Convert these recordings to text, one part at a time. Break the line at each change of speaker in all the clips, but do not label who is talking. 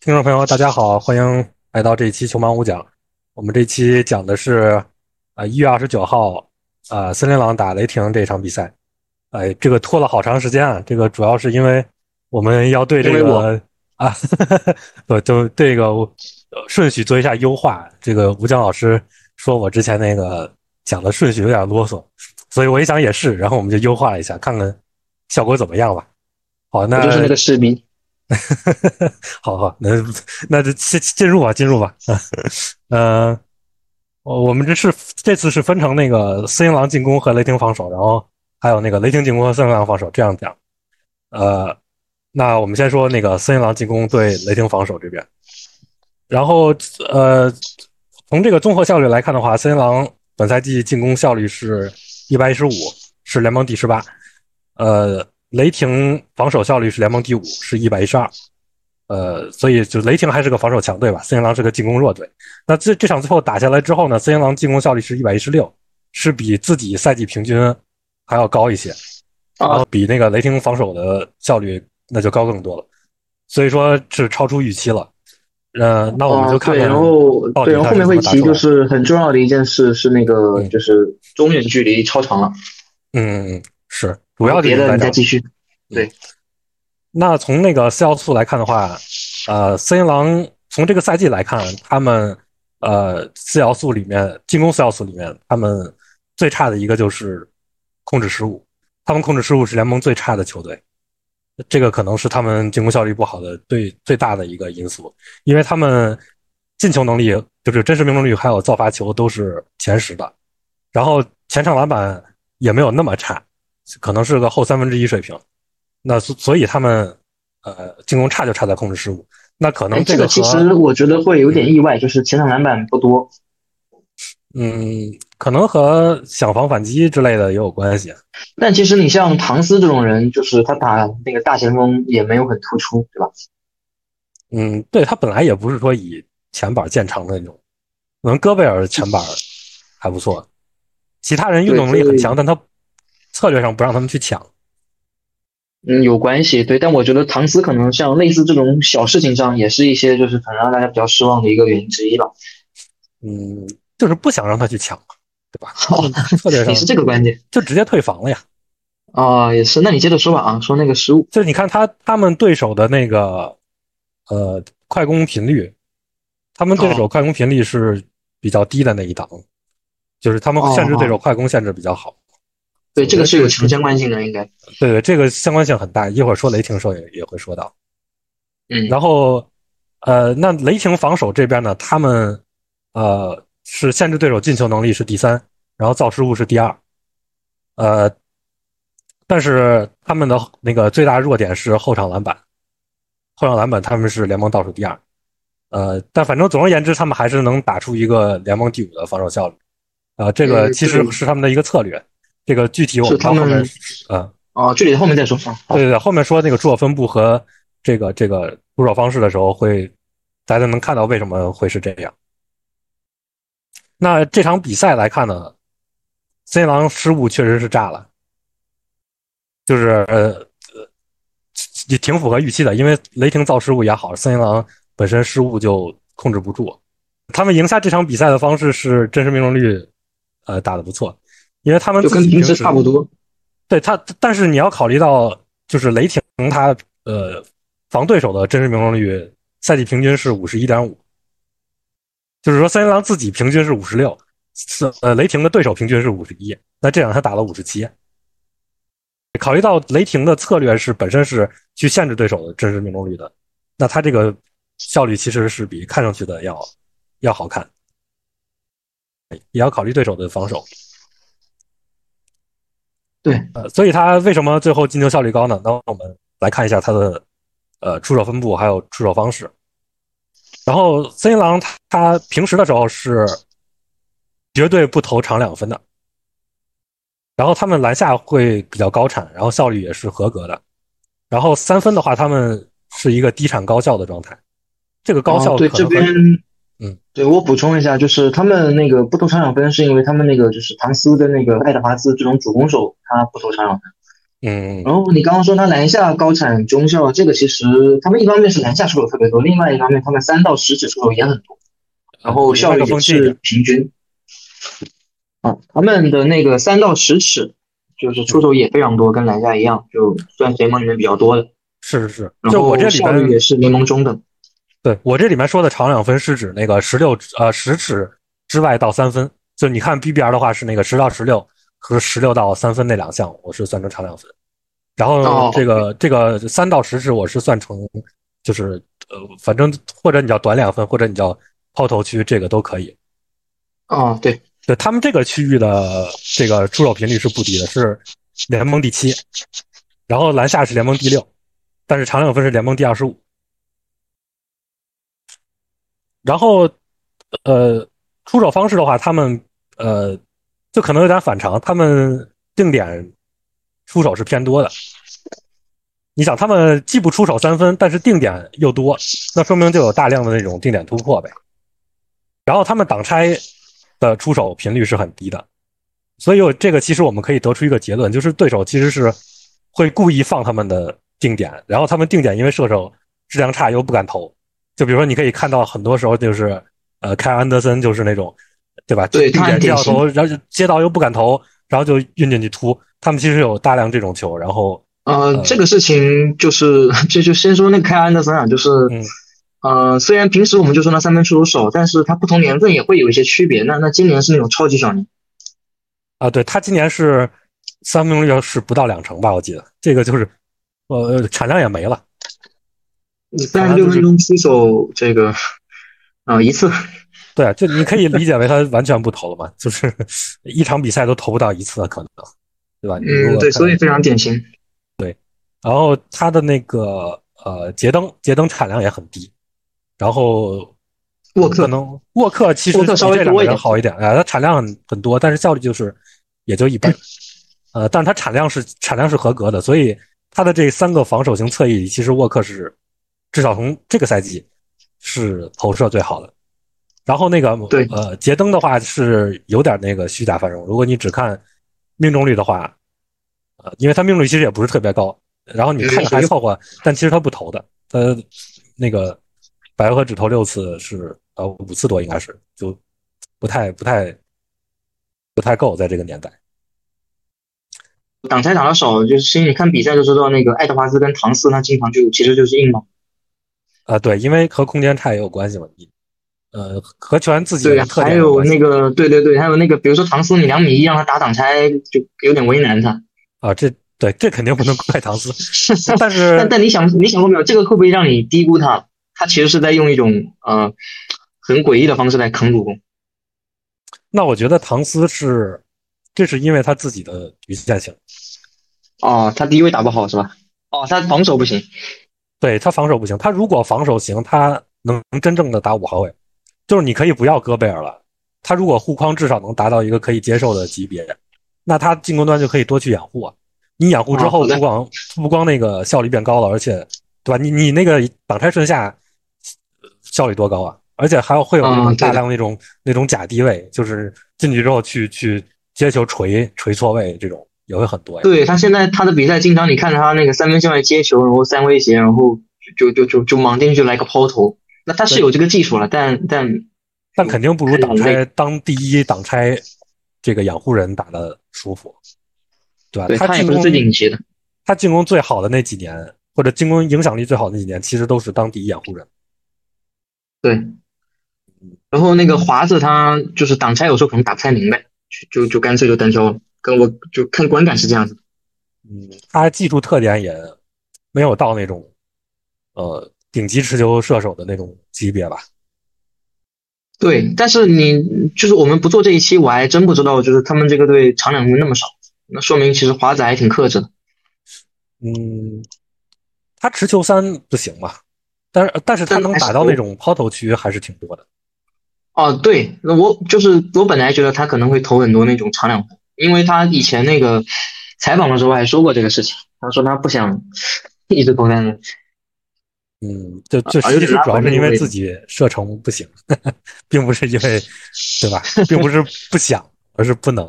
听众朋友，大家好，欢迎来到这一期《球盲五讲》。我们这期讲的是，呃，一月二十九号，呃，森林狼打雷霆这场比赛。哎，这个拖了好长时间啊！这个主要是因为我们要对这
因为
个
我
啊，不就这个我顺序做一下优化。这个吴江老师说我之前那个讲的顺序有点啰嗦，所以我一想也是，然后我们就优化了一下，看看效果怎么样吧。好，那
我就是那个市民。
好好，那那就进进入吧，进入吧。 呃，我我们这是这次是分成那个森林狼进攻和雷霆防守，然后还有那个雷霆进攻和森林狼防守这样讲。呃，那我们先说那个森林狼进攻对雷霆防守这边，然后呃，从这个综合效率来看的话，森林狼本赛季进攻效率是一百一十五，是联盟第十八。呃，雷霆防守效率是联盟第五，是一百一十二。呃，所以就雷霆还是个防守强队吧，森林狼是个进攻弱队。那这这场最后打下来之后呢，森林狼进攻效率是一百一十六，是比自己赛季平均还要高一些，
啊
然后比那个雷霆防守的效率那就高更多了，所以说是超出预期了。呃，那我们就看
啊对，
看、
然后
到底
对，然
他
后后面会
怎么打
提，
出来
就是很重要的一件事是那个
嗯
就是中远距离超长了，
嗯，是主要就是
别的
在
你
这
再
儿。
继续。
那从那个四要素来看的话，呃，森林狼从这个赛季来看，他们呃四要素里面进攻四要素里面，他们最差的一个就是控制失误，他们控制失误是联盟最差的球队，这个可能是他们进攻效率不好的最最大的一个因素，因为他们进球能力就是真实命中率还有造罚球都是前十的，然后前场篮板也没有那么差，可能是个后三分之一水平。那所所以他们呃进攻差就差在控制失误，那可
哎，
能
这
个
个其
和
实我觉得会有点意外，就是前场篮板不多。
嗯可能和想防反击之类的也有关系。
但其实你像唐斯这种人，就是他打那个大前锋也没有很突出，对吧？
嗯，对他本来也不是说以前板见长的那种，可能戈贝尔前板还不错，其他人运动能力很强，但他策略上不让他们去抢。
嗯，有关系，对。但我觉得唐斯可能像类似这种小事情上，也是一些就是可能让大家比较失望的一个原因之一吧。
嗯，就是不想让他去抢嘛，对吧？
好
策略上
你是这个观点
就直接退防了呀。
啊，也是。那你接着说吧啊，说那个失误。
就是你看他他们对手的那个呃快攻频率，他们对
哦
手快攻频率是比较低的那一档，就是他们限制对
哦
手快攻限制比较好。
对，这个是有强相关性的，应该。
对对，这个相关性很大，一会儿说雷霆时候也也会说到。
嗯，
然后，呃，那雷霆防守这边呢，他们呃是限制对手进球能力是第三，然后造失误是第二，呃，但是他们的那个最大弱点是后场篮板，后场篮板他们是联盟倒数第二，呃，但反正总而言之，他们还是能打出一个联盟第五的防守效率，呃，这个
嗯
其实
对
是他们的一个策略，这个具体我
是
们
他
到后面
们
嗯。
哦，具体的后面再说啊。好
对对对，后面说那个出手分布和这个这个出手方式的时候会，大家能看到为什么会是这样。那这场比赛来看呢，森林狼失误确实是炸了，就是呃呃也挺符合预期的，因为雷霆造失误也好，森林狼本身失误就控制不住。他们赢下这场比赛的方式是真实命中率，呃打得不错，因为他们
就
自
跟
己
平
时
时差不多。
对他，但是你要考虑到，就是雷霆他呃防对手的真实命中率赛季平均是五十一点五，就是说森林狼自己平均是五十六，是呃雷霆的对手平均是五十一，那这样他打了五十七。考虑到雷霆的策略是本身是去限制对手的真实命中率的，那他这个效率其实是比看上去的要要好看，哎也要考虑对手的防守。
对，
呃，所以他为什么最后进球效率高呢？那我们来看一下他的呃出手分布还有出手方式。然后森林狼他他平时的时候是绝对不投长两分的，然后他们篮下会比较高产，然后效率也是合格的。然后三分的话，他们是一个低产高效的状态。这个高效
哦对
可能
这
和
边，
嗯，
对我补充一下，就是他们那个不投长场分，是因为他们那个就是唐斯跟那个爱德华兹这种主攻手他不投长场分，
嗯
然后你刚刚说他篮下高产中效，这个其实他们一方面是篮下出手特别多，另外一方面他们三到十指出手也很多，
嗯
然后效率也是平均。啊，他们的那个三到十尺就是出手也非常多，跟篮下一样，就算联盟里面比较多的。
是是是，
然
就
后
我这里
效
边
率也是联盟中等。
对我这里面说的长两分是指那个十六呃十尺之外到三分，就你看 BBR 的话是那个十到十六和十六到三分那两项，我是算成长两分。然后
哦
这个、这个三到十尺我是算成就是呃，反正或者你叫短两分，或者你叫抛投区，这个都可以。
哦，对，
对他们这个区域的这个出手频率是不低的，是联盟第七，然后篮下是联盟第六，但是长两分是联盟第二十五。然后，呃，出手方式的话，他们呃，就可能有点反常，他们定点出手是偏多的。你想，他们既不出手三分，但是定点又多，那说明就有大量的那种定点突破呗。然后他们挡拆的出手频率是很低的，所以有这个其实我们可以得出一个结论，就是对手其实是会故意放他们的定点，然后他们定点因为射手质量差又不敢投，就比如说你可以看到很多时候就是呃凯尔安德森就是那种对吧？
对
定
他
点
很
这
典
样
型
投，然后就接到又不敢投，然后就运进去突，他们其实有大量这种球，然后
呃，
嗯
这个事情就是，就就先说那个凯尔安德森啊，就是，
嗯
呃，虽然平时我们就说他三分出手少，但是他不同年份也会有一些区别。那那今年是那种超级小年，
啊，对他今年是三分率是不到两成吧，我记得这个就是呃产量也没了。嗯
三十六分钟出手这个，啊、一次，
对，啊就你可以理解为他完全不投了嘛，就是 一场比赛都投不到一次，可能，对吧？你如
嗯，
果
对，
看
所以非常典型。
然后他的那个呃节灯节灯产量也很低，然后
沃
可
克，
能沃克其实
沃克稍微
比这两
多
个
一
人
点
好一点，啊、他产量很很多，但是效率就是也就一 般，呃，但是他产量是产量是合格的，所以他的这三个防守型侧翼里，其实沃克是至少从这个赛季是投射最好的。然后那个
对
呃杰登的话是有点那个虚假繁荣，如果你只看命中率的话，呃，因为他命中率其实也不是特别高，然后你看着还凑合，但其实他不投的，他那个百回合只投六次是呃五次多应该是就不太不太不太够在这个年代。
挡拆打的少，就是其实你看比赛就知道，那个爱德华兹跟唐斯他经常就其实就是硬莽。
啊，对，因为和空间差也有关系嘛。你呃，和球员自己
对，啊
的特
还
点有
有
关系
那个，对对对，还有那个，比如说唐斯，你两米一让他打挡拆就有点为 难他。
啊，这对这肯定不能怪 唐斯，但是
但但你想你想过没有，这个会不会让你低估他？他其实是在用一种呃很诡异的方式来扛主攻。
那我觉得唐斯是，这是因为他自己的局限性，
哦，他低位打不好是吧？哦，他防守不行。
对他防守不行。他如果防守行，他能真正的打五号位，就是你可以不要戈贝尔了，他如果护框至少能达到一个可以接受的级别，那他进攻端就可以多去掩护啊。你掩护之
啊
后，
好的
不光不光那个效率变高了，而且对吧？你你那个挡拆顺下呃效率多高啊！而且还有会有那
啊
种
对的
大量那种那种假低位，就是进去之后去去接球锤锤错位这种也会很多呀。
对他现在他的比赛，经常你看他那个三分线外接球，然后三威胁，然后就就就就莽进去来个抛投。那他是有这个技术了，但但
但肯定不如挡
还
拆
有
当第一挡拆这个掩护人打的舒服，对吧？
对他也
进
不是
攻
最顶级的。
他进攻最好的那几年，或者进攻影响力最好的那几年，其实都是当第一掩护人。
对。然后那个华子他就是挡拆，有时候可能打不太明白，就就就干脆就单挑了。跟我就看观感是这样子。
嗯，他技术特点也没有到那种呃顶级持球射手的那种级别吧。
对，但是你就是我们不做这一期，我还真不知道，就是他们这个队长两分那么少，那说明其实华仔还挺克制的。
嗯，他持球三不行嘛，但是呃但是他
但
能
还是
打到
多
那种抛投区还是挺多的。
哦，对，那我就是我本来觉得他可能会投很多那种长两分，因为他以前那个采访的时候还说过这个事情，他说他不想 一直投三分。
嗯，就就
啊有
其
点
实
拉
主要
回
是
那
因
个
为
位
自
置
己射程不行， 并不是因为对吧？并不是不想，而是不能。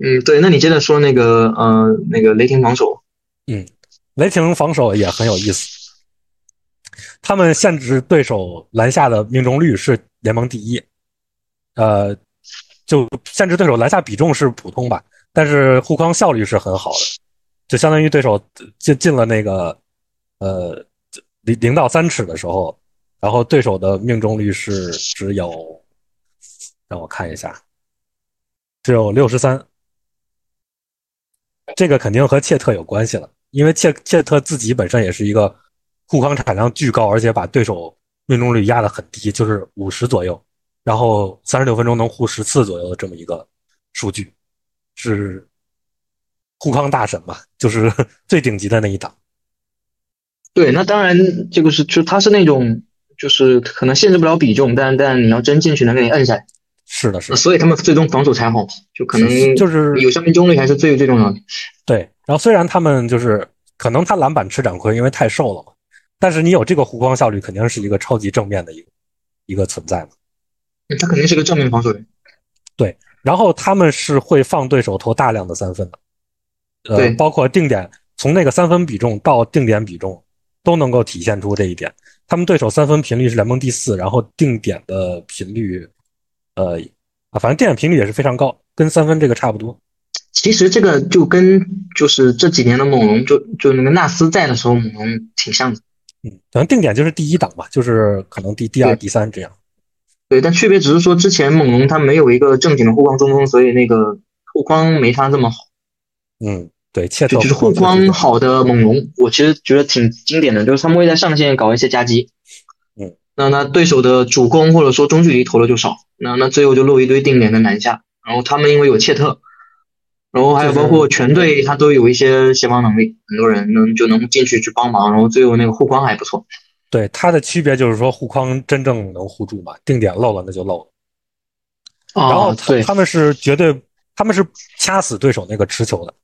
嗯，对，那你接着说那个呃那个雷霆防守，
嗯，雷霆防守也很有意思，他们限制对手篮下的命中率是联盟第一，呃，就限制对手篮下比重是普通吧，但是护框效率是很好的，就相当于对手进进了那个呃零零到三尺的时候，然后对手的命中率是只有，让我看一下，只有六十三。这个肯定和切特有关系了，因为切切特自己本身也是一个护框产量巨高，而且把对手命中率压得很低，就是五十左右，然后三十六分钟能护十次左右的这么一个数据，是护框大神吧，就是 最顶级的那一档。
对，那当然这个是就他是那种就是可能限制不了比重，但但你要真进去能给你摁下来。
是的，是的，
所以他们最终防守才好，就可能
就是
有效命中率还是最最重要的。
对，然后虽然他们就是可能他篮板吃展亏，因为太瘦了嘛，但是你有这个弧光效率，肯定是一个超级正面的一个一个存在嘛。
嗯、他肯定是个正面防守人。
对，然后他们是会放对手投大量的三分的，呃，包括定点，从那个三分比重到定点比重都能够体现出这一点。他们对手三分频率是联盟第四，然后定点的频率。呃，啊，反正电影频率也是非常高，跟三分这个差不多。
其实这个就跟就是这几年的猛龙，就就那个纳斯在的时候，猛龙挺像的。
嗯，反正定点就是第一档吧，就是可能第第二、第三这样。
对，但区别只是说之前猛龙他没有一个正经的护框中锋，所以那个护框没他这么好。
嗯，对，切
就就是护框好
嗯
的猛龙，我其实觉得挺经典的，就是他们会在上线搞一些夹击。
嗯，
那那对手的主攻或者说中距离投的就少。那那最后就漏一堆定点跟篮下，然后他们因为有切特，然后还有包括全队他都有一些协防能力，很多人能就能进去去帮忙，然后最后那个护框还不错。
对它的区别就是说护框真正能护住嘛，定点漏了那就漏了。
哦、
然后
对
他们是绝对，他们是掐死对手那个持球的，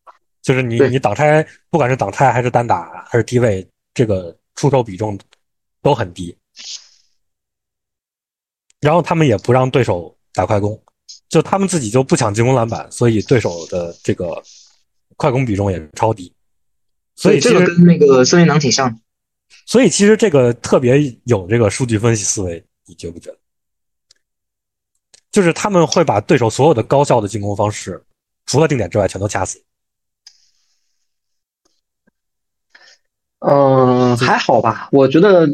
就是你你挡拆，不管是挡拆还是单打还是低位，这个出手比重都很低。然后他们也不让对手打快攻，就他们自己就不抢进攻篮板，所以对手的这个快攻比重也是超低。所以
这个跟那个森林狼挺像。
所以其实这个特别有这个数据分析思维，你觉不觉得？就是他们会把对手所有的高效的进攻方式，除了定点之外，全都掐死。
嗯、呃，还好吧，我觉得。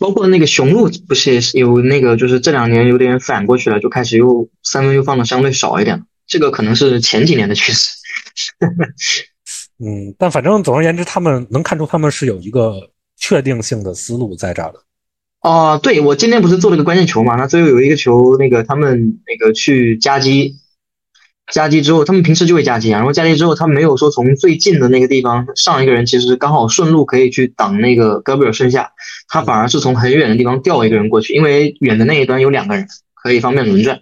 包括那个雄鹿不是也是有那个，就是这两年有点反过去了，就开始又三分又放的相对少一点，这个可能是前几年的趋势。
嗯，但反正总而言之，他们能看出他们是有一个确定性的思路在这儿的。
哦、呃，对，我今天不是做了个关键球嘛？那最后有一个球，那个他们那个去夹击，夹击之后，他们平时就会夹击啊，然后夹击之后，他没有说从最近的那个地方上一个人，其实刚好顺路可以去挡那个戈贝尔身下。他反而是从很远的地方调一个人过去，因为远的那一端有两个人，可以方便轮转。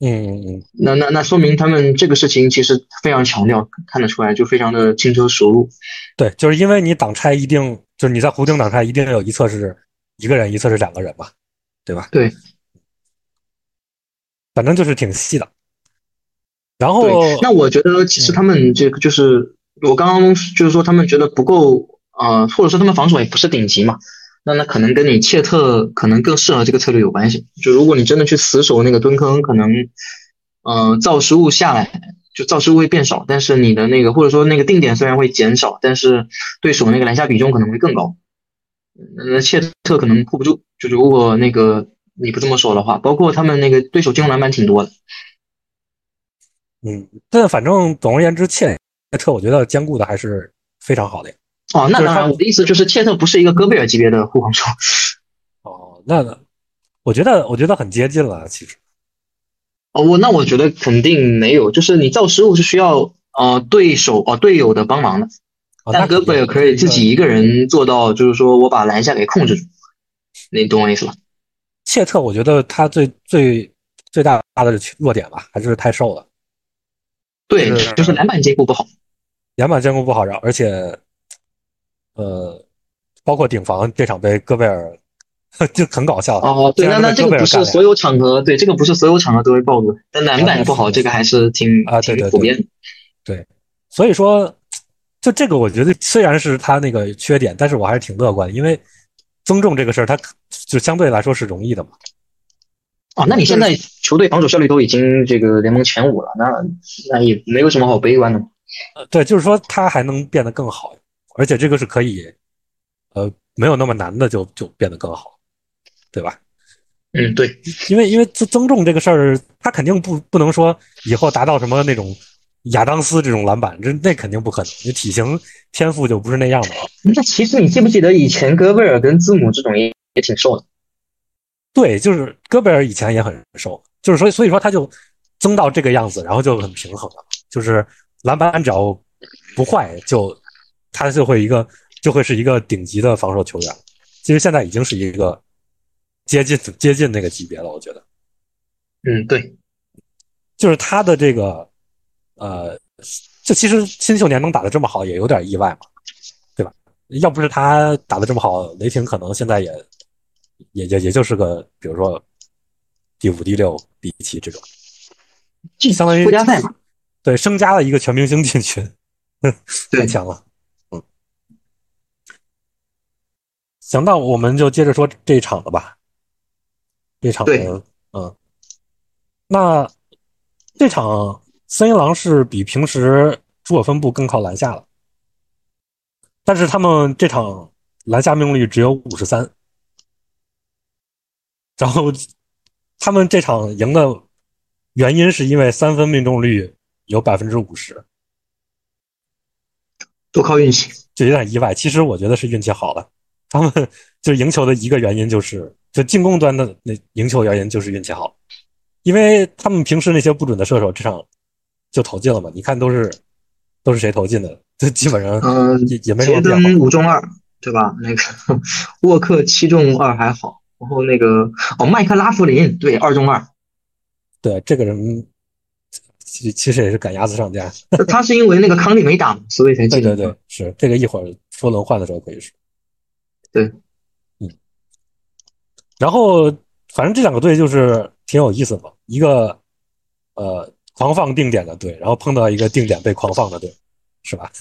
嗯嗯嗯，
那那那说明他们这个事情其实非常强调，看得出来就非常的轻车熟路。
对，就是因为你挡拆一定就是你在弧顶挡拆一定有一侧是一个人，一侧是两个人嘛，对吧？
对，
反正就是挺细的。然后，
那我觉得其实他们这个就是、嗯、我刚刚就是说他们觉得不够呃，或者说他们防守也不是顶级嘛。那那可能跟你切特可能更适合这个策略有关系。就如果你真的去死守那个蹲坑，可能，呃，造失误下来就造失误会变少，但是你的那个或者说那个定点虽然会减少，但是对手那个篮下比重可能会更高。那切特可能护不住。就如果那个你不这么说的话，包括他们那个对手进攻篮板挺多的。
嗯，但反正总而言之，切特我觉得兼顾的还是非常好的。
哦，那当然，我的意思就是切特不是一个戈贝尔级别的护框手。
哦，那我觉得，我觉得很接近了，其实。
哦，我那我觉得肯定没有，就是你造失误是需要呃对手哦队友的帮忙的，
哦、
但戈贝尔可以自己一个人做到，就是说我把篮下给控制住，你懂我意思吧？
切特，我觉得他最最最大的弱点吧，还是太瘦了。
对，就是篮板兼顾不好，
篮板兼顾不好，然后而且。呃，包括顶防这场被戈贝尔 就很搞笑
哦。对，那那这个不是所有场合，对这个不是所有场合都会暴露。但篮板不好，这个还是挺
啊，对
挺普遍。
对，所以说就这个，我觉得虽然是他那个缺点，但是我还是挺乐观，因为增重这个事儿，它就相对来说是容易的嘛。
哦，那你现在球队防守效率都已经这个联盟前五了，那那也没有什么好悲观的。
呃，对，就是说他还能变得更好，而且这个是可以，呃，没有那么难的就就变得更好，对吧？
嗯，对，
因为因为增增重这个事儿，他肯定不不能说以后达到什么那种亚当斯这种篮板，这那肯定不可能，你体型天赋就不是那样的。
那其实你记不记得以前戈贝尔跟字母这种也也挺瘦的？
对，就是戈贝尔以前也很瘦，就是所以所以说他就增到这个样子，然后就很平衡了。就是篮板只要不坏，就他就会一个就会是一个顶级的防守球员。其实现在已经是一个接近接近那个级别了，我觉得。
嗯，对，
就是他的这个呃，就其实新秀年能打得这么好，也有点意外嘛，对吧？要不是他打得这么好，雷霆可能现在也。也也也就是个，比如说第五、第六、第七这种，
就
相当于
附加赛嘛。
对，升加了一个全明星进去， 太强了。嗯，行，那我们就接着说这一场了吧。这场的，嗯，那这场森一郎是比平时朱我分布更靠篮下了，但是他们这场篮下命中率只有五十三。然后，他们这场赢的原因是因为三分命中率有百分之五十，
都靠运气，
就有点意外。其实我觉得是运气好了。他们就赢球的一个原因就是，就进攻端的那赢球原因就是运气好，因为他们平时那些不准的射手，这场就投进了嘛。你看都是都是谁投进的？这基本上也也没什么变化。
五中二对吧？那个 沃克七中二还好。然后那个哦，麦克拉夫林对二中二，
对这个人其其实也是赶鸭子上架。
他是因为那个康利没打，所以才进。
对对对，是这个一会儿说轮换的时候可以说。
对，
嗯。然后反正这两个队就是挺有意思嘛，一个呃狂放定点的队，然后碰到一个定点被狂放的队，是吧？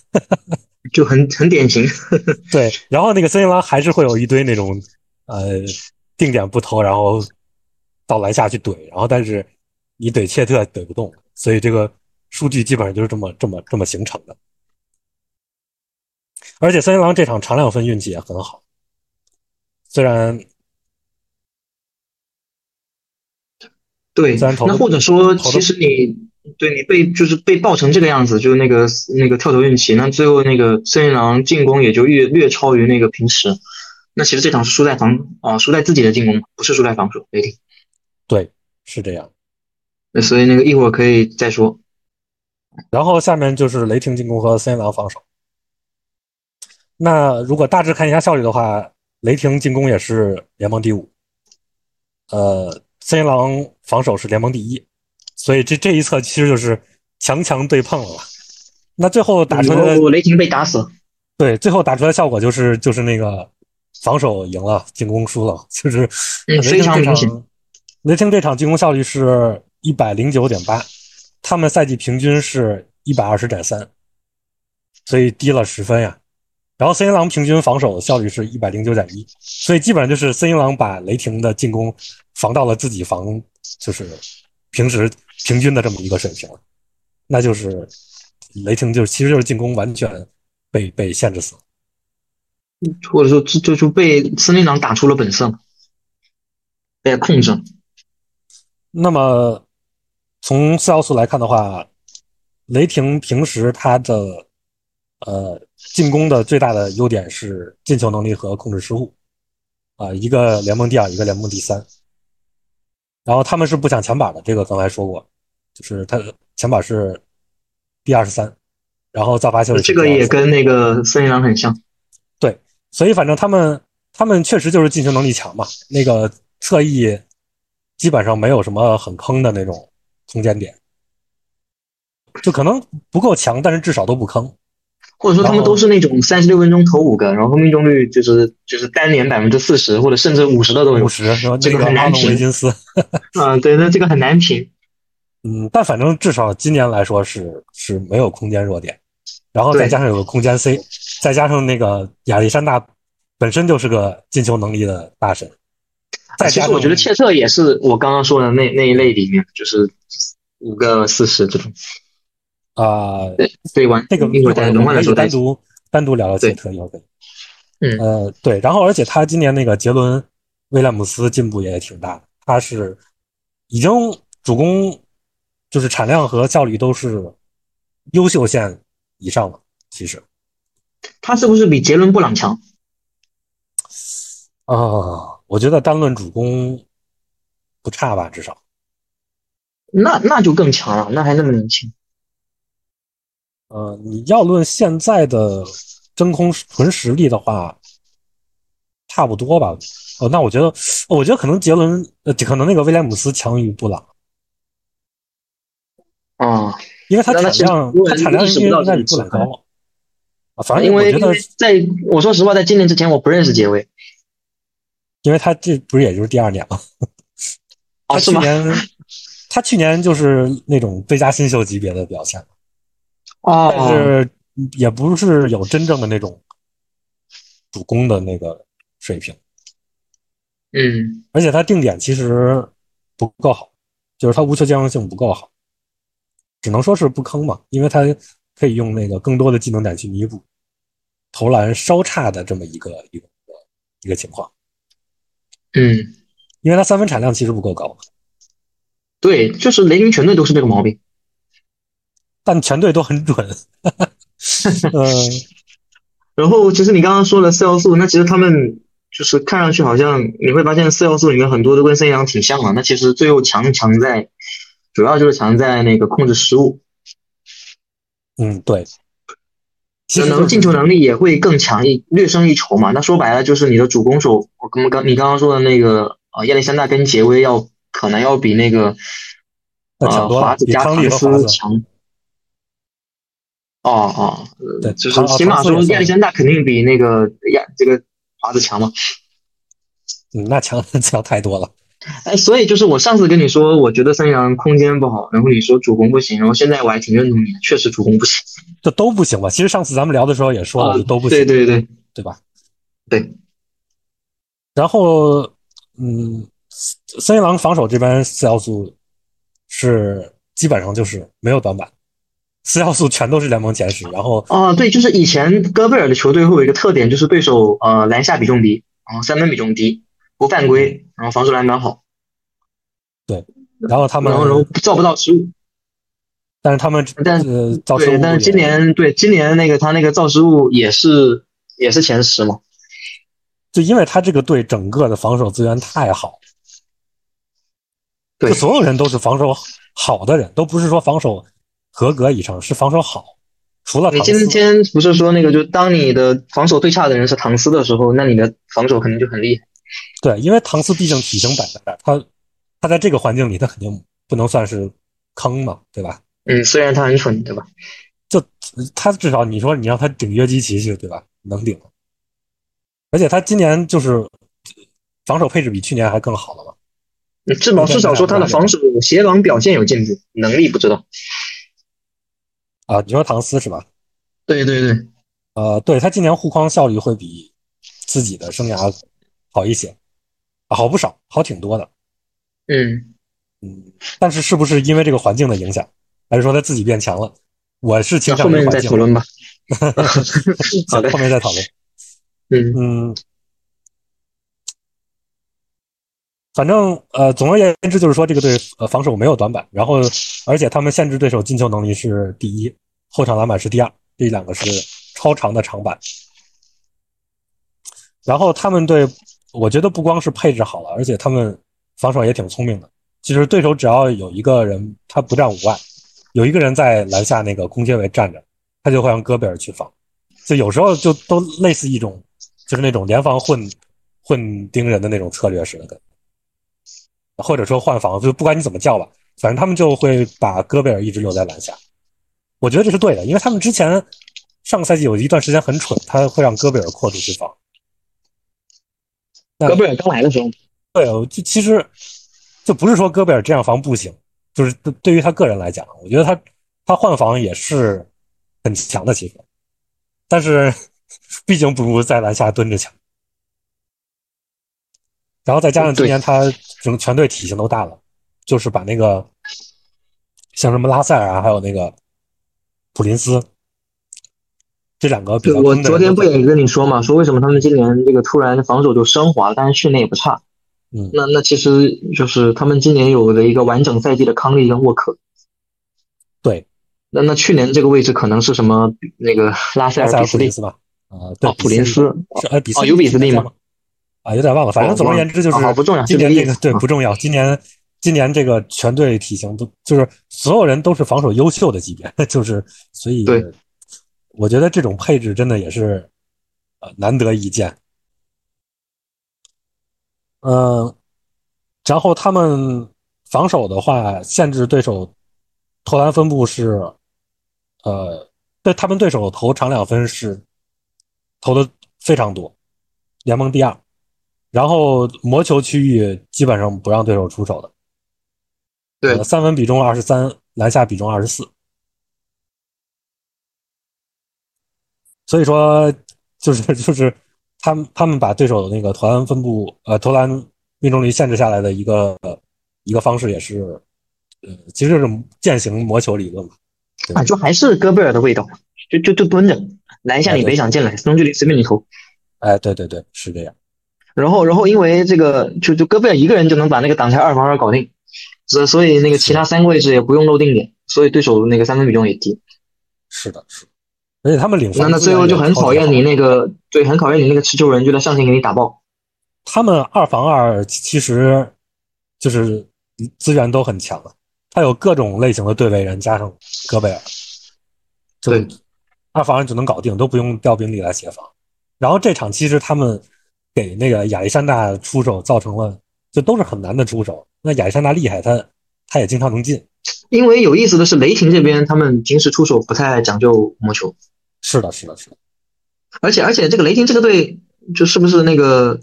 就很很典型。
对，然后那个森林狼还是会有一堆那种呃。定点不投，然后到篮下去怼，然后但是你怼切特怼不动，所以这个数据基本上就是这么这么这么形成的。而且森林狼这场长两分运气也很好，虽然
对，
虽然投
那或者说其实你对你被就是被爆成这个样子，就是那个那个跳投运气，那最后那个森林狼进攻也就略略超于那个平时。那其实这场是输在防啊、呃，输在自己的进攻，不是输在防守。雷霆，
对，是这样。
所以那个一会儿可以再说。
然后下面就是雷霆进攻和森林狼防守。那如果大致看一下效率的话，雷霆进攻也是联盟第五，呃，森林狼防守是联盟第一，所以这这一侧其实就是强强对碰了吧。那最后打出来的
哦雷霆被打死。
对，最后打出来效果就是就是那个。防守赢了，进攻输了， 就是雷霆这场，雷霆这场进攻效率是一百零九点八，他们赛季平均是一百二十点三，所以低了十分呀。然后森林狼平均防守效率是一百零九点一，所以基本上就是森林狼把雷霆的进攻防到了自己防就是平时平均的这么一个水平了，那就是雷霆就是其实就是进攻完全被被限制死了。
或者说，这这就被森林狼打出了本色，被控制。
那么，从四要素来看的话，雷霆平时他的呃进攻的最大的优点是进球能力和控制失误，啊、呃，一个联盟第二，一个联盟第三。然后他们是不抢前板的，这个刚才说过，就是他前板是第二十三，然后造罚球
这个也跟那个森林狼很像。
对，所以反正他们他们确实就是进球能力强嘛。那个侧翼基本上没有什么很坑的那种空间点，就可能不够强，但是至少都不坑。
或者说他们
哦
都是那种三十六分钟投五个，然后命中率就是就是单年百分之四十或者甚至五十的都有。
五十，
这个很难评。
维金斯，
嗯，对，那这个很难评。
嗯，但反正至少今年来说是是没有空间弱点。然后再加上有个空间 C，再加上那个亚历山大本身就是个进球能力的大神，再
啊其
加
实
上
我觉得切特也是我刚刚说的那那一类里面，就是五个四十这种。
啊、
对，完
这个
一会儿
我
等
们
轮换
可
的时
以
候再
单独单独聊聊切特，一会儿可以。
嗯
呃，对，然后而且他今年那个杰伦威廉姆斯进步也挺大的，他是已经主攻就是产量和效率都是优秀线以上了，其实
他是不是比杰伦布朗强？
啊、
哦
我觉得单论主攻不差吧，至少
那那就更强了，那还那么年轻。
呃，你要论现在的真空纯实力的话，差不多吧。哦，那我觉得，我觉得可能杰伦，呃，可能那个威廉姆斯强于布朗，
啊、
因为他
那那
产
其实
量，
我
他产量
意识
应
不
该
到
应该比布
这个
朗
情况
高。啊，反正
因
我
为
觉
因
得
为，在我说实话，在今年之前我不认识杰威
因为他这不是也就是第二年吗？
啊，
他
是
去
吗？
年，他去年就是那种最佳新秀级别的表现，但
哦，
是也不是有真正的那种主攻的那个水平。
嗯，
而且他定点其实不够好，就是他无球兼容性不够好，只能说是不坑嘛，因为他可以用那个更多的技能点去弥补投篮稍差的这么一个一个一个情况，
嗯，
因为他三分产量其实不够高，
对，就是雷霆全队都是这个毛病。
但全队都很准， 嗯
然后其实你刚刚说了四要素，那其实他们就是看上去好像你会发现四要素里面很多都跟森林狼挺像的，那其实最后强强在，主要就是强在那个控制失误，
嗯，对， 其实
可
就是
能进球能力也会更强一略胜一筹嘛。那说白了就是你的主攻手，我刚刚你刚刚说的那个呃亚历山大跟杰威要可能要比那个
那强
呃
多了
华子
比
加
康利
唐
和华
斯
子
强。哦哦，呃
对
就是
唐
起码
唐斯也
说
算
亚历山大肯定比那个亚这个华子强嘛。
嗯，那强 强太多了，
哎，所以就是我上次跟你说，我觉得三阳空间不好，然后你说主攻不行，然后现在我还挺认同你的，确实主攻不行。
这都不行吧？其实上次咱们聊的时候也说了，
啊
就都不行，
对对对，
对吧？
对。
然后，嗯，森森林狼防守这边四要素是基本上就是没有短板，四要素全都是联盟前十。然后，
哦、对，就是以前戈贝尔的球队会有一个特点，就是对手呃篮下比重低，然后三分比重低，不犯规，然后防守篮板好，
然后他们
然，后然后造不到失误。
但是他们
但
呃造成
对，但是今年对今年那个他那个造失误也是也是前十嘛。
就因为他这个队整个的防守资源太好，
对
就所有人都是防守好的人，都不是说防守合格以上，是防守好。除了
你
唐
今
斯，
天不是说那个，就当你的防守最差的人是唐斯的时候，那你的防守肯定就很厉害。
对，因为唐斯毕竟体型摆在那儿，他他在这个环境里，他肯定不能算是坑嘛，对吧？
嗯，虽然他很蠢，对吧？
就他至少你说你让他顶约基奇去，对吧？能顶。而且他今年就是防守配置比去年还更好了嘛。
嗯至少至少说他的防守协防表现有进步，能力不知道。
啊，你说唐斯是吧？
对对对，
呃，对他今年护框效率会比自己的生涯好一些，啊好不少，好挺多的。
嗯，
嗯，但是是不是因为这个环境的影响，还是说他自己变强了？我是倾
那
向
后
于
面
环
再
境
讨，论吧。好的
后，面再讨论。
嗯
嗯，反正呃，总而言之就是说，这个队呃防守没有短板，然后而且他们限制对手进球能力是第一，后场篮板是第二，这两个是超长的长板。然后他们队，我觉得不光是配置好了，而且他们防守也挺聪明的。其实对手只要有一个人他不站五外，有一个人在篮下那个空切位站着，他就会让戈贝尔去防。就有时候就都类似一种，就是那种联防混混盯人的那种策略似的，或者说换防，就不管你怎么叫吧，反正他们就会把戈贝尔一直留在篮下。我觉得这是对的，因为他们之前上个赛季有一段时间很蠢，他会让戈贝尔扩出去防。那
戈贝尔刚来的时候，
对，我就其实就不是说戈贝尔这样防不行，就是对对于他个人来讲，我觉得他他换防也是很强的。其实但是 毕竟不如在篮下蹲着强。然后再加上今年他整全队体型都大了，就是把那个像什么拉塞尔啊，还有那个普林斯这两个比较。
我昨天不也跟你说嘛，说为什么他们今年这个突然防守就升华了，但是训练也不差。
嗯，
那那其实就是他们今年有了一个完整赛季的康利跟沃克。
对，
那那去年这个位置可能是什么？那个拉塞尔、
比斯利
斯
吧？啊、呃，对，
哦普林斯
是哎，比斯
哦，有比斯利吗？哦
啊，有点忘了，反正总而言之就是
不重要。
今年这个
啊
对不重要，今年今年这个全队体型都就是所有人都是防守优秀的级别， 就是所以
对，
我觉得这种配置真的也是呃难得一见。嗯，然后他们防守的话，限制对手投篮分布是，呃，对他们对手投长两分是投的非常多，联盟第二。然后魔球区域基本上不让对手出手的，
对、
呃，三分比重二十三，篮下比重二十四，所以说就是 就是他们他们把对手的那个投篮分布呃投篮命中率限制下来的一个一个方式也是，呃，其实就是践行魔球理论嘛，
啊，就还是戈贝尔的味道，就就就蹲着篮下你别想进来，中距离随便你投，
哎，对对对，是这样。
然后，然后因为这个，就就戈贝尔一个人就能把那个挡拆二防二搞定，所所以那个其他三个位置也不用漏定点，所以对手那个三分比重也低。
是的，是的。而且他们领
那那最后就很考验你那个，对，很考验你那个持球人就在上线给你打爆。
他们二防二其实就是资源都很强的，他有各种类型的对位人，加上戈贝尔，
对，
二防二就能搞定，都不用调兵力来协防。然后这场其实他们。给那个亚历山大出手造成了，就都是很难的出手。那亚历山大厉害，他他也经常能进。
因为有意思的是，雷霆这边他们平时出手不太讲究魔球。
是的，是的，是的。
而且而且，这个雷霆这个队就是不是那个，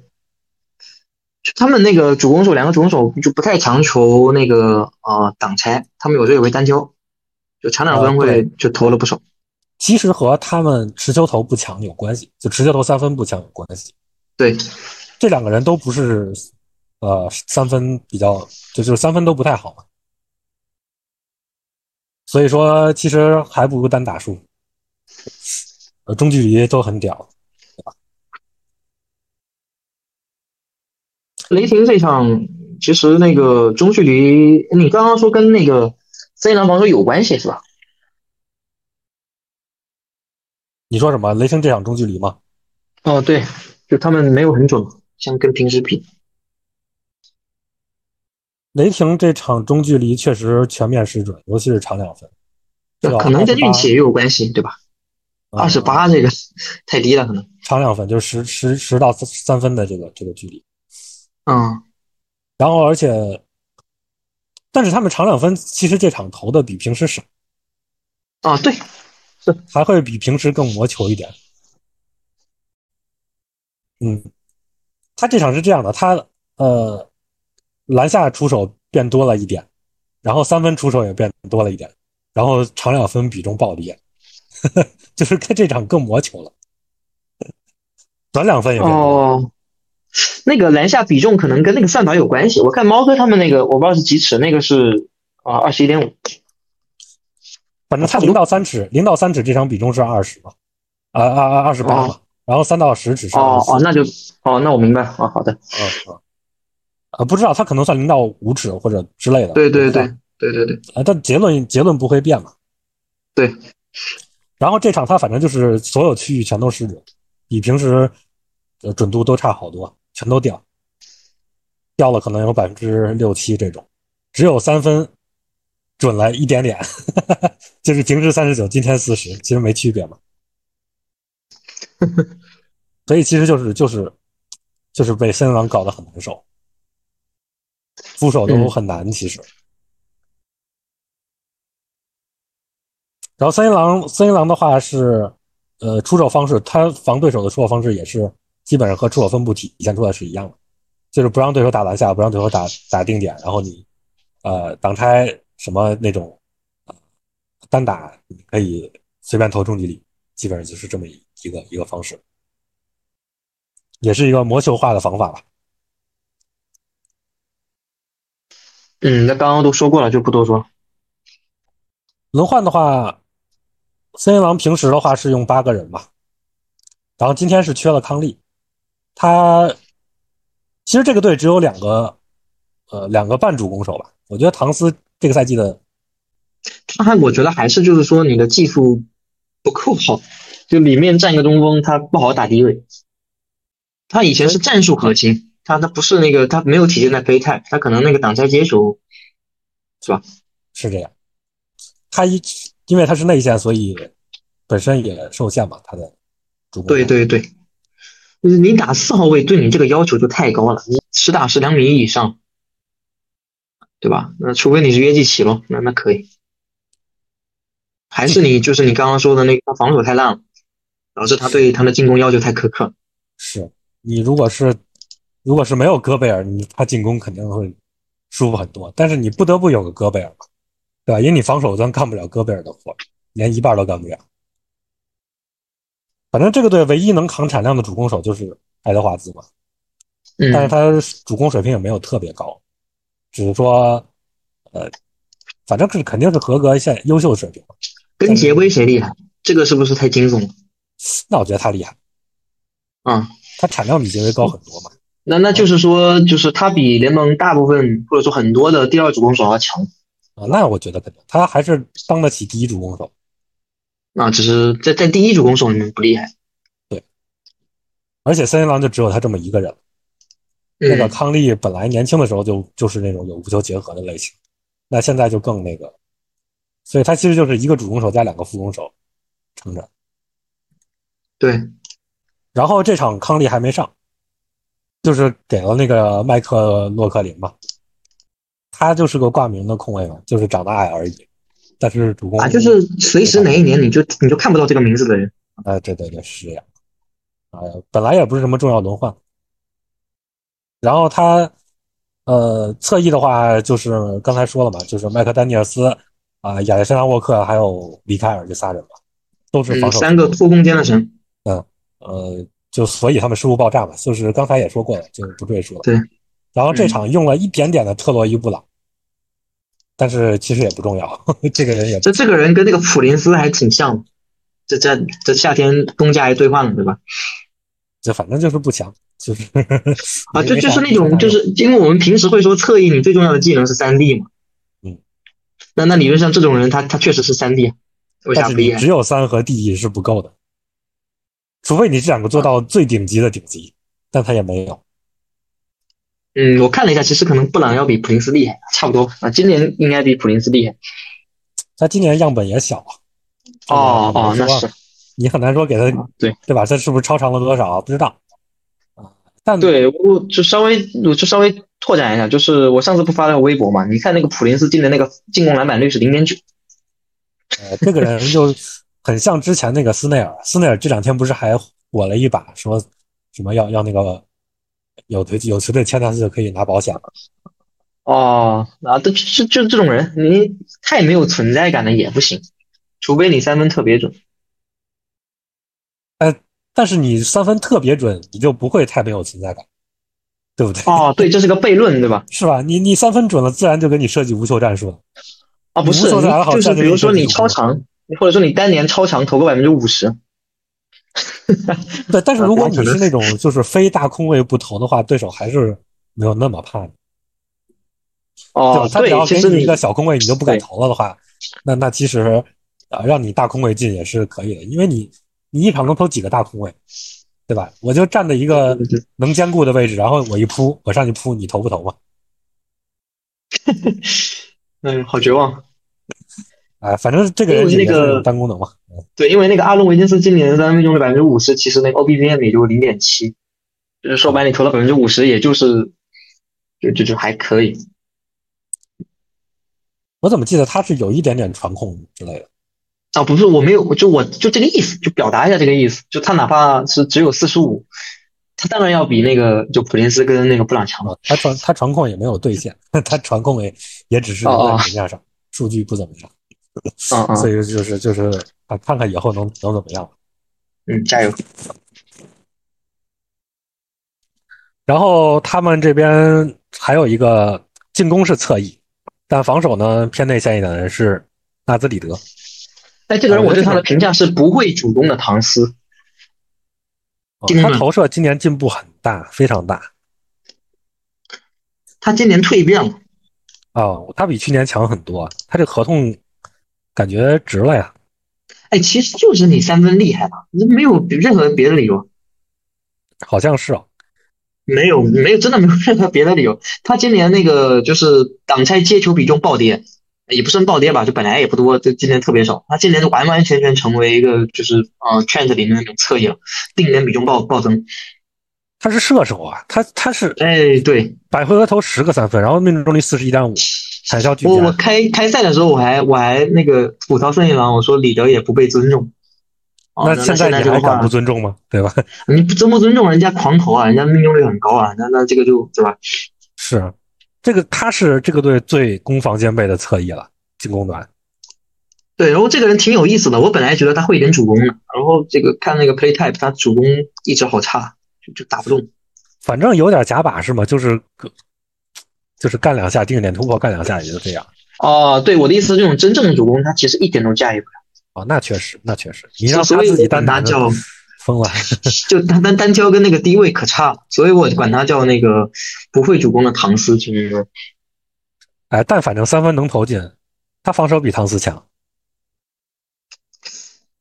就他们那个主攻手两个主攻手就不太强求那个呃挡拆，他们有时候也会单挑，就长两分会就投了不少。
其实和他们持球投不强有关系，就持球投三分不强有关系。
对，
这两个人都不是，呃，三分比较，就就是三分都不太好嘛。所以说，其实还不如单打输。呃，中距离都很屌，对吧？
雷霆这场其实那个中距离，你刚刚说跟那个森林狼防守有关系是吧？
你说什么？雷霆这场中距离吗？
哦，对。就他们没有很准，像跟平时比，
雷霆这场中距离确实全面失准，尤其是长两分，
可能跟运气也有关系，对吧？二十八这个 太低了，可能
长两分就是十十十到三分的这个这个距离，
嗯，
然后而且，但是他们长两分其实这场投的比平时少，
啊，对，是
还会比平时更磨球一点。嗯，他这场是这样的，他呃，篮下出手变多了一点，然后三分出手也变多了一点，然后长两分比重暴跌， 就是看这场更磨球了，短两分也
哦，那个篮下比重可能跟那个算法有关系。我看猫哥他们那个，我不知道是几尺，那个是啊二十一点五，
反正他零到三尺，零到三尺这场比重是二十嘛，啊二二二十八嘛。然后三到十只是
哦哦，那就哦，那我明白了哦，好的，
嗯嗯，啊，不知道他可能算零到五尺或者之类的，
对对对对对对，
啊，但结论结论不会变嘛，
对。
然后这场他反正就是所有区域全都失准，比平时呃准度都差好多，全都掉，掉了可能有百分之六七这种，只有三分准了一点点， 就是平时三十九，今天四十，其实没区别嘛。所以其实就是就是就是被森林狼搞得很难受，出手都很难。其实，然后森林狼森林狼的话是，呃，出手方式，他防对手的出手方式也是基本上和出手分布体现出来是一样的，就是不让对手打篮下，不让对手打打定点，然后你呃挡拆什么那种单打，你可以随便投中距离，基本上就是这么一一个一个方式，也是一个魔球化的方法吧。
嗯，那刚刚都说过了，就不多说了。
轮换的话，森林狼平时的话是用八个人嘛，然后今天是缺了康利，他其实这个队只有两个，呃，两个半主攻手吧。我觉得唐斯这个赛季的。
他我觉得还是就是说你的技术不够好，就里面站一个中锋，他不好打低位。他以前是战术核心，他他不是那个他没有体现在 play type，他可能那个挡拆接球，是吧？
是这样。他一因为他是内线，所以本身也受限嘛，他的主攻。
对对对，你打四号位对你这个要求就太高了，你实打实两米一以上，对吧？那除非你是约基奇咯，那那可以。还是你就是你刚刚说的那个防守太烂，导致他对他的进攻要求太苛刻。
是你如果是如果是没有戈贝尔，你他进攻肯定会舒服很多。但是你不得不有个戈贝尔嘛，对吧？因为你防守端干不了戈贝尔的活，连一半都干不了。反正这个队唯一能扛产量的主攻手就是爱德华兹嘛，
嗯、
但是他主攻水平也没有特别高，只是说呃，反正是肯定是合格现优秀水平。
跟杰威谁厉害？这个是不是太惊悚了？
那我觉得他厉害，
嗯，
他产量比杰威高很多嘛。
那那就是说，就是他比联盟大部分或者说很多的第二主攻手要强
啊。那我觉得肯定，他还是当得起第一主攻手。
啊，只是在在第一主攻手里面不厉害。
对，而且森林狼就只有他这么一个人。
嗯、
那个康利本来年轻的时候就就是那种有无球结合的类型，那现在就更那个。所以他其实就是一个主攻手加两个副攻手撑着。
对，
然后这场康利还没上，就是给了那个麦克洛克林嘛，他就是个挂名的控卫嘛，就是长得矮而已，但是主攻
啊，就是随时哪一年你就你就看不到这个名字的人。
哎、呃，对对对，是这样。啊、呃，本来也不是什么重要轮换。然后他，呃，侧翼的话就是刚才说了嘛，就是麦克丹尼尔斯。啊，亚历山大沃克还有里凯尔这仨人吧，都是防守、
嗯、三个拖空间的神。
嗯，呃，就所以他们失误爆炸嘛，就是刚才也说过了，就不赘述了。
对。嗯
然后这场用了一点点的特洛伊布朗，嗯、但是其实也不重要， 呵呵这个人也
这这个人跟那个普林斯还挺像的，这这这夏天东家还兑换了对吧？
这反正就是不强，就是
啊，就就是那种就是因为我们平时会说侧翼你最重要的技能是三 D 嘛。
嗯
那那理论上这种人他，他他确实是三 D，为啊啥不厉害？
只有三和 D 是不够的，除非你这两个做到最顶级的顶级，但他也没有。
嗯，我看了一下，其实可能布朗要比普林斯厉害，差不多啊。今年应该比普林斯厉害。
他今年样本也小啊。
哦哦，那是
你很难说给他
对
对吧？他是不是超常了多少？不知道啊。但
对我就稍微我就稍微。拓展一下，就是我上次不发了个微博嘛？你看那个普林斯进的那个进攻篮板率是零点九，
呃，这个人就很像之前那个斯内尔。斯内尔这两天不是还火了一把，说什么要要那个有队有球队签他就可以拿保险了。
哦，啊，这这就这种人，你太没有存在感了也不行，除非你三分特别准。
呃，但是你三分特别准，你就不会太没有存在感。对不对？
哦，对，这是个悖论，对吧？
是吧？你你三分准了，自然就给你设计无球战术了。
啊，不是，就是比如说你超长，或者说你单年超长投个百分之五十。
对，但是如果你是那种就是非大空位不投的话，对手还是没有那么怕你。
哦，
他只要给
你
一个小空位，你就不敢投了的话，那那其实啊，让你大空位进也是可以的，因为你你一场能投几个大空位？对吧？我就站在一个能兼顾的位置，然后我一扑，我上去扑，你投不投嘛？
嗯，好绝望。
哎，反正这个人
那个
单功能嘛。
对，因为那个阿隆维金斯今年的三分用率百分之五十，其实那个 OBPM 也就零点七，就是说白你投了百分之五十，也就是就就就还可以。
我怎么记得他是有一点点传控之类的？
啊，不是，我没有，就我就这个意思，就表达一下这个意思。就他哪怕是只有四十五，他当然要比那个就普林斯跟那个布朗强了。
他传他传控也没有兑现， 他传控也也只是在评价上，
哦、
数据不怎么样。
哦、
所以就是就是啊，看看以后能能怎么样。
嗯，加油。
然后他们这边还有一个进攻是侧翼，但防守呢偏内线一点的是纳兹里德。啊
哎，这个人我对他的评价是不会主攻的唐斯。
哦他投射今年进步很大，非常大
他今年蜕变了，
啊、哦他比去年强很多。啊他这合同感觉值了呀。
哎，其实就是你三分厉害了，你没有任何别的理由，
好像是哦，
没有没有，真的没有任何别的理由。 他今年那个就是挡拆接球比重暴跌，也不算暴跌吧，就本来也不多，就今年特别少。他今年就完完全全成为一个就是呃 trend 里面那种侧翼了，定点比重暴暴增。
他是射手啊，他他是
哎，对，
百回合投十个三分，然后命中率四十一点五，产效巨
我我
佳。
开开赛的时候，我还我还那个吐槽圣一郎，我说李德也不被尊重。哦
那
那
现在
那
你
这
还
个
敢
话
不，尊重吗？对吧？
你不尊不尊重人家狂投啊，人家命中率很高啊，那那这个就对吧？
是啊，这个他是这个队最攻防兼备的侧翼了，进攻端。
对，然后这个人挺有意思的，我本来觉得他会一点主攻的，然后这个看那个 play type，他主攻一直好差，就就打不动。
反正有点假把式嘛，就是个就是干两下定点突破，干两下也就这样
哦，对，我的意思，这种真正的主攻，他其实一点都驾驭不了。
哦，那确实，那确实，你让他
所以
自己
我
单打
管他叫，
疯了。
就他单单挑跟那个低位可差了，所以我管他叫那个不会主攻的唐斯，其实
哎，但反正三分能投进，他防守比唐斯强。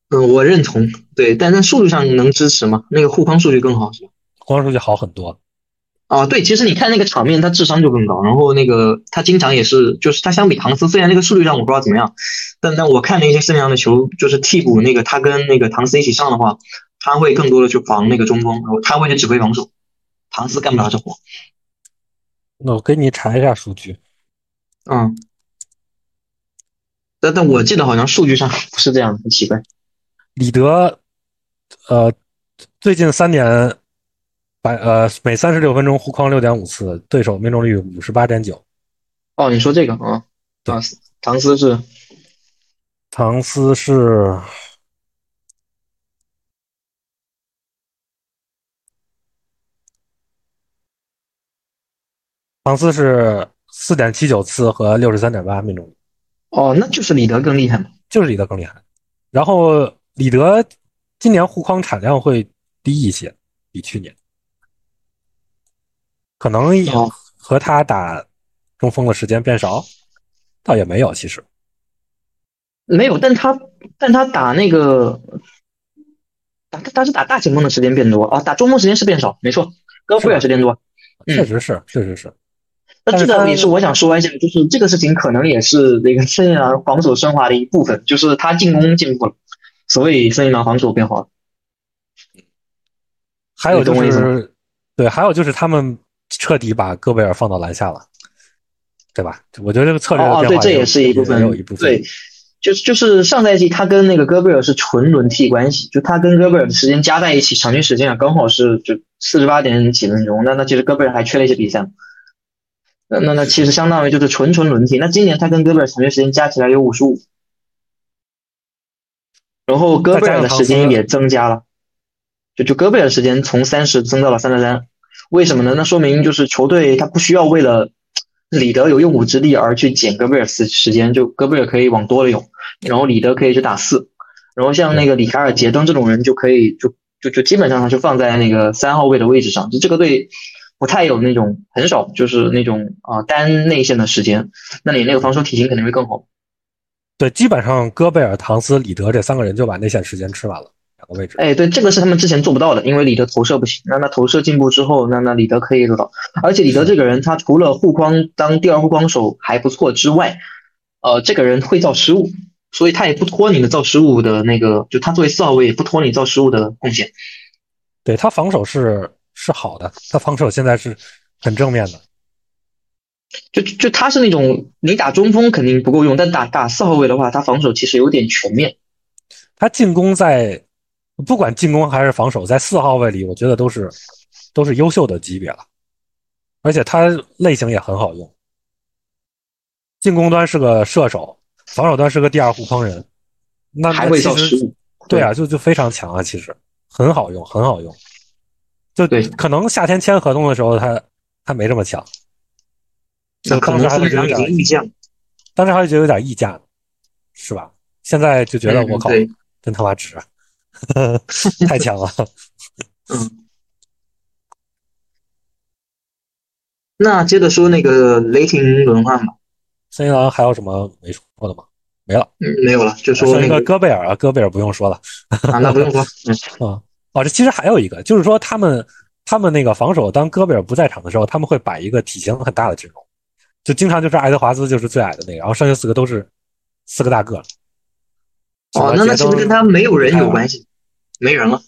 嗯，我认同，对，但在数据上能支持吗？那个护框数据更好是吧？
光数据好很多，
啊，对，其实你看那个场面，他智商就更高，然后那个他经常也是，就是他相比唐斯，虽然那个数据上我不知道怎么样，但但我看了一些圣阳的球，就是替补那个他跟那个唐斯一起上的话，他会更多的去防那个中锋，然后他会去指挥防守，唐斯干不了这活。
那我给你查一下数据。
嗯，但但我记得好像数据上不是这样，很奇怪。
里德，呃，最近三年，百呃每三十六分钟护框六点五次，对手命中率五十八点九，
哦，你说这个啊，
对
唐斯唐斯是
唐斯是唐斯是四点七九次和六十三点八命中率，
哦，那就是里德更厉害嘛。
就是里德更厉害。然后里德今年护框产量会低一些，比去年，可能也
哦
和他打中锋的时间变少，倒也没有，其实
没有，但他但他打那个打他他是打大前锋的时间变多啊，打中锋时间是变少，没错，跟
是
菲尔
吧
时间多。嗯
确实是，确实是。
那
但
这
是
个
他
也是我想说一下，就是这个事情可能也是那个孙一郎防守升华的一部分，就是他进攻进步了，所以孙一郎防守变好了。
还有
你懂
就
我意思
是，对，还有就是他们彻底把戈贝尔放到篮下了，对吧？我觉得这个策略的
哦哦，
变化
对，这也
有
是一部分，
也有一部分
对，就是就是上赛季他跟那个戈贝尔是纯轮替关系，就他跟戈贝尔的时间加在一起，场均时间啊刚好是就四十八点几分钟，那那其实戈贝尔还缺了一些比赛嘛。那那那其实相当于就是纯纯轮替。那今年他跟戈贝尔场均时间加起来有五十五，然后戈贝尔的时间也增加了，就就戈贝尔的时间从三十增到了三十三，为什么呢？那说明就是球队他不需要为了里德有用武之地而去减戈贝尔时时间，就戈贝尔可以往多了用，然后里德可以去打四，然后像那个里卡尔杰登这种人就可以就就就基本上就放在那个三号位的位置上，就这个队不太有那种很少就是那种啊、呃单内线的时间，那你那个防守体型肯定会更好。
对，基本上戈贝尔、唐斯、里德这三个人就把内线时间吃完了，两个位置。
哎，对，这个是他们之前做不到的，因为里德投射不行。那那投射进步之后，那那里德可以做到。而且里德这个人，他除了护框当第二护框手还不错之外，呃，这个人会造失误，所以他也不拖你的造失误的那个，就他作为四号位也不拖你造失误的贡献。
对他防守是是好的，他防守现在是很正面的。
就就他是那种你打中锋肯定不够用，但打打四号位的话，他防守其实有点全面。
他进攻在不管进攻还是防守，在四号位里，我觉得都是都是优秀的级别了，而且他类型也很好用。进攻端是个射手，防守端是个第二护框人，那
还
那
会
其
造
实
失误
对啊，就就非常强啊，其实很好用，很好用。就
对
可能夏天签合同的时候他，他他没这么强。
那可能分享已经意见了，
当时还是觉得有点溢价，是吧？现在就觉得我靠，
嗯对
真他妈值，啊 太强了。
嗯。那接着说那个雷霆轮换吧，
森林狼还有什么没说的吗？没了。
嗯，没有了，就说
剩一
那
个戈贝尔啊，戈贝尔不用说了。
啊，那不用说， 嗯，
啊、哦，这其实还有一个，就是说他们他们那个防守，当戈贝尔不在场的时候，他们会摆一个体型很大的阵容，就经常就是爱德华兹就是最矮的那个，然后剩下四个都是四个大个儿。
哦，那那岂不是跟他没有人
啊
有关系？没人了。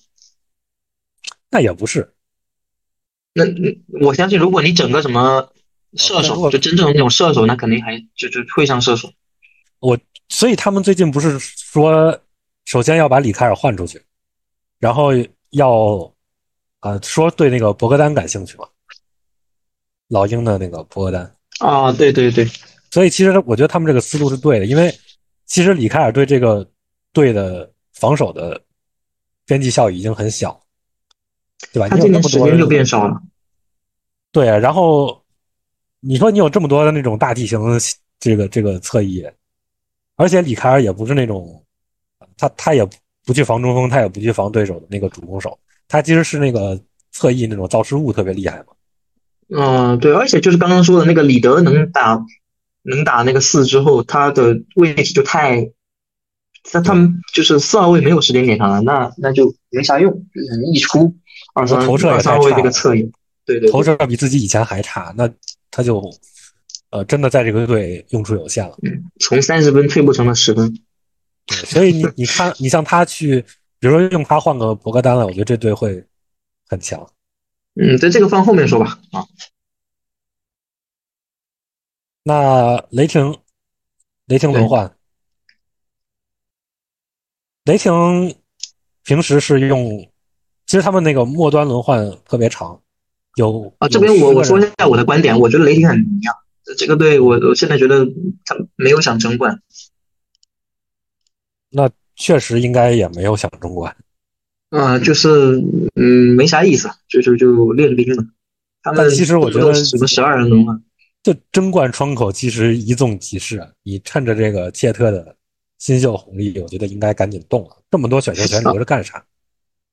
那也不是，
那嗯我相信，如果你整个什么射
哦那如果
手，就真正那种射手，那肯定还就就会上射手。
所以他们最近不是说，首先要把里凯尔换出去，然后要啊、说对那个博格丹感兴趣嘛，老鹰的那个博格丹。
啊，对对对，
所以其实我觉得他们这个思路是对的，因为其实里凯尔对这个队的防守的边际效益已经很小，对吧？
他
你有
今
那
年
么
时
多
间
人
就变少了。
对啊，然后你说你有这么多的那种大体型这个这个侧翼，而且里凯尔也不是那种他他也不去防中锋，他也不去防对手的那个主攻手，他其实是那个侧翼那种造失误特别厉害嘛。
嗯，对，而且就是刚刚说的那个里德能打能打那个四之后，他的位置就太，他他们就是四号位没有时间给他了，那那就没啥用，就是一出二三
投射也
二
太
三号位
差
那个
了
侧翼，对对对，
投射比自己以前还差，那他就呃真的在这个队用处有限了。
从三十分退步成了十分。
对，所以 你你看，你像他去，比如说用他换个博格丹了，我觉得这队会很强。
嗯，对，这个放后面说吧。啊，
那雷霆，雷霆轮换，雷霆平时是用，其实他们那个末端轮换特别长，有
啊，这边
有
我
10
我说
个
一
人
下我的观点，我觉得雷霆很迷啊，这个队我我现在觉得他没有想争冠，
那确实应该也没有想争冠，
啊，就是嗯没啥意思，就就就练兵了。他们
但其实我觉得
都什么十二人啊轮了，
这争冠窗口其实一纵即逝啊！你趁着这个切特的新秀红利，我觉得应该赶紧动了。这么多选秀权留着干啥？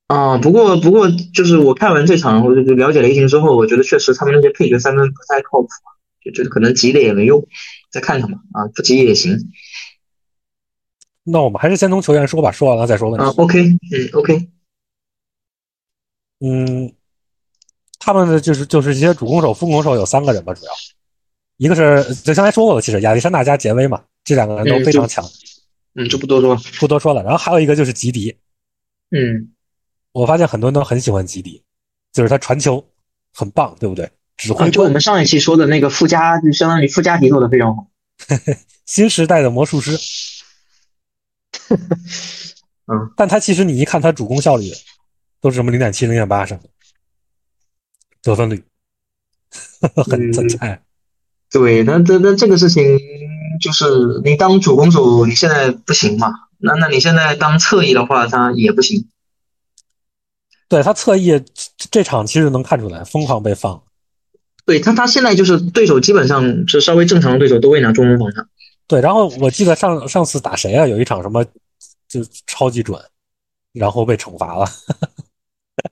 啊，不过不过就是我看完这场，我就就了解雷霆之后，我觉得确实他们那些配角三分不太靠谱，啊就就可能急了也没用，再看看吧，啊，不急也行，
那我们还是先从球员说吧，说完了再说问
啊
题。
，OK，嗯，OK，
嗯，他们的就是就是一些主攻手、副攻手有三个人吧，主要一个是就刚才说过了，其实亚历山大加杰威嘛，这两个人
哎
都非常强，
嗯，就不多说了，
不多说了。然后还有一个就是吉迪，
嗯，
我发现很多人都很喜欢吉迪，就是他传球很棒，对不对？指
啊，
挥
就我
官，
们上一期说的那个附加，就相当于附加题做的非常好，
新时代的魔术师。
嗯，
但他其实你一看他主攻效率，都是什么零点七、零点八什么的，得分率呃
嗯
很很哎菜。
对，那那那这个事情就是你当主攻手你现在不行嘛，那那你现在当侧翼的话，他也不行，
对他侧翼这这场其实能看出来，疯狂被放。
对他他现在就是对手基本上是稍微正常的对手都会拿中锋防他。
对，然后我记得上上次打谁啊？有一场什么就超级准，然后被惩罚了，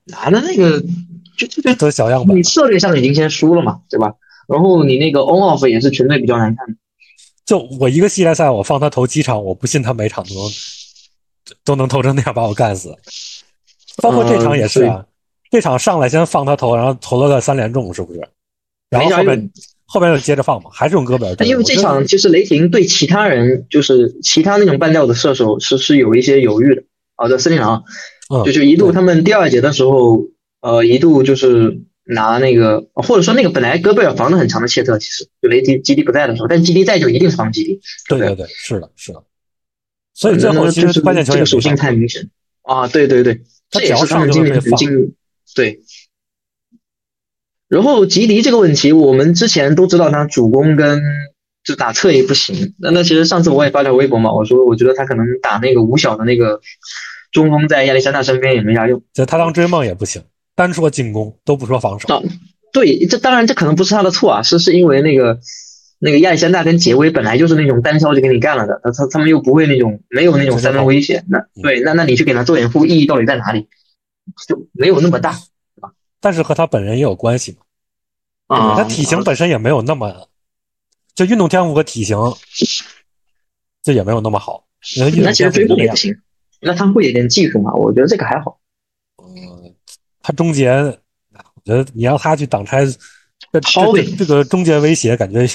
拿的那个就就就
都小样本
你。策略上已经先输了嘛，对吧？然后你那个 on off 也是全队比较难看的。
就我一个系列赛，我放他投七场，我不信他每场都能都能投成那样把我干死。包括这场也是啊，
嗯
这场上来先放他投，然后投了个三连中，是不是？然后后
没啥用
面后面又接着放嘛，还是用戈贝尔
但
对。
因为这
我觉
场
得
其实雷霆对其他人就是其他那种半吊子射手是是有一些犹豫的啊，在森林狼
嗯
就就一度
对
他们第二节的时候，呃，一度就是拿那个或者说那个本来戈贝尔防的很强的切特，其实就雷霆基地不在的时候，但基地在就一定是防基地，
对
对
对对，是的，是的。所以最后其
就
实
是
关键球
这
也
个属性
没
太
上，
明显啊！对对对，
他
这
只
也
要
是他们
上就
今
会
年
被放
进对。然后吉迪这个问题，我们之前都知道他主攻跟就打侧翼不行。那那其实上次我也发条微博嘛，我说我觉得他可能打那个五小的那个中锋在亚历山大身边也没啥用。
就他当追梦也不行，单说进攻都不说防守。
啊，对，这当然这可能不是他的错啊，是是因为那个那个亚历山大跟杰威本来就是那种单挑就给你干了的，他他他们又不会那种没有那种三分威胁，那对那那你去给他做掩护意义到底在哪里？就没有那么大，对吧？
但是和他本人也有关系嘛。
啊，
他体型本身也没有那么，就运动天赋和体型，这也没有那么好。
那其实追梦也不行，那他会一点技术嘛？我觉得这个还好。
嗯，他终结，我觉得你让他去挡拆，这这这个终结威胁感觉